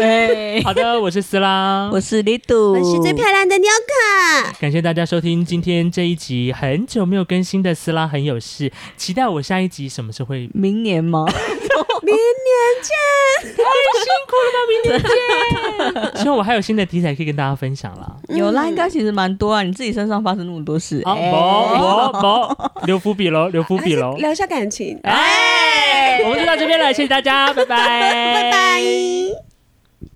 [SPEAKER 4] 哎，
[SPEAKER 2] 好的，我是思拉，
[SPEAKER 4] 我是李杜，
[SPEAKER 3] 我是最漂亮的妞可。
[SPEAKER 2] 感谢大家收听今天这一集很久没有更新的思拉很有事，期待我下一集什么时候 会
[SPEAKER 4] 明年吗？
[SPEAKER 3] 明年见。
[SPEAKER 2] 希望我还有新的题材可以跟大家分享啦。啊
[SPEAKER 4] 有啦，应该其实蛮多啊，你自己身上发生那么多事，
[SPEAKER 2] 好，
[SPEAKER 4] 哎
[SPEAKER 2] 某某某，留伏笔喽，留伏笔 哎喽。
[SPEAKER 3] 聊一下感情。
[SPEAKER 2] 哎，我们就到这边了，谢谢大家，拜拜，
[SPEAKER 3] 拜拜。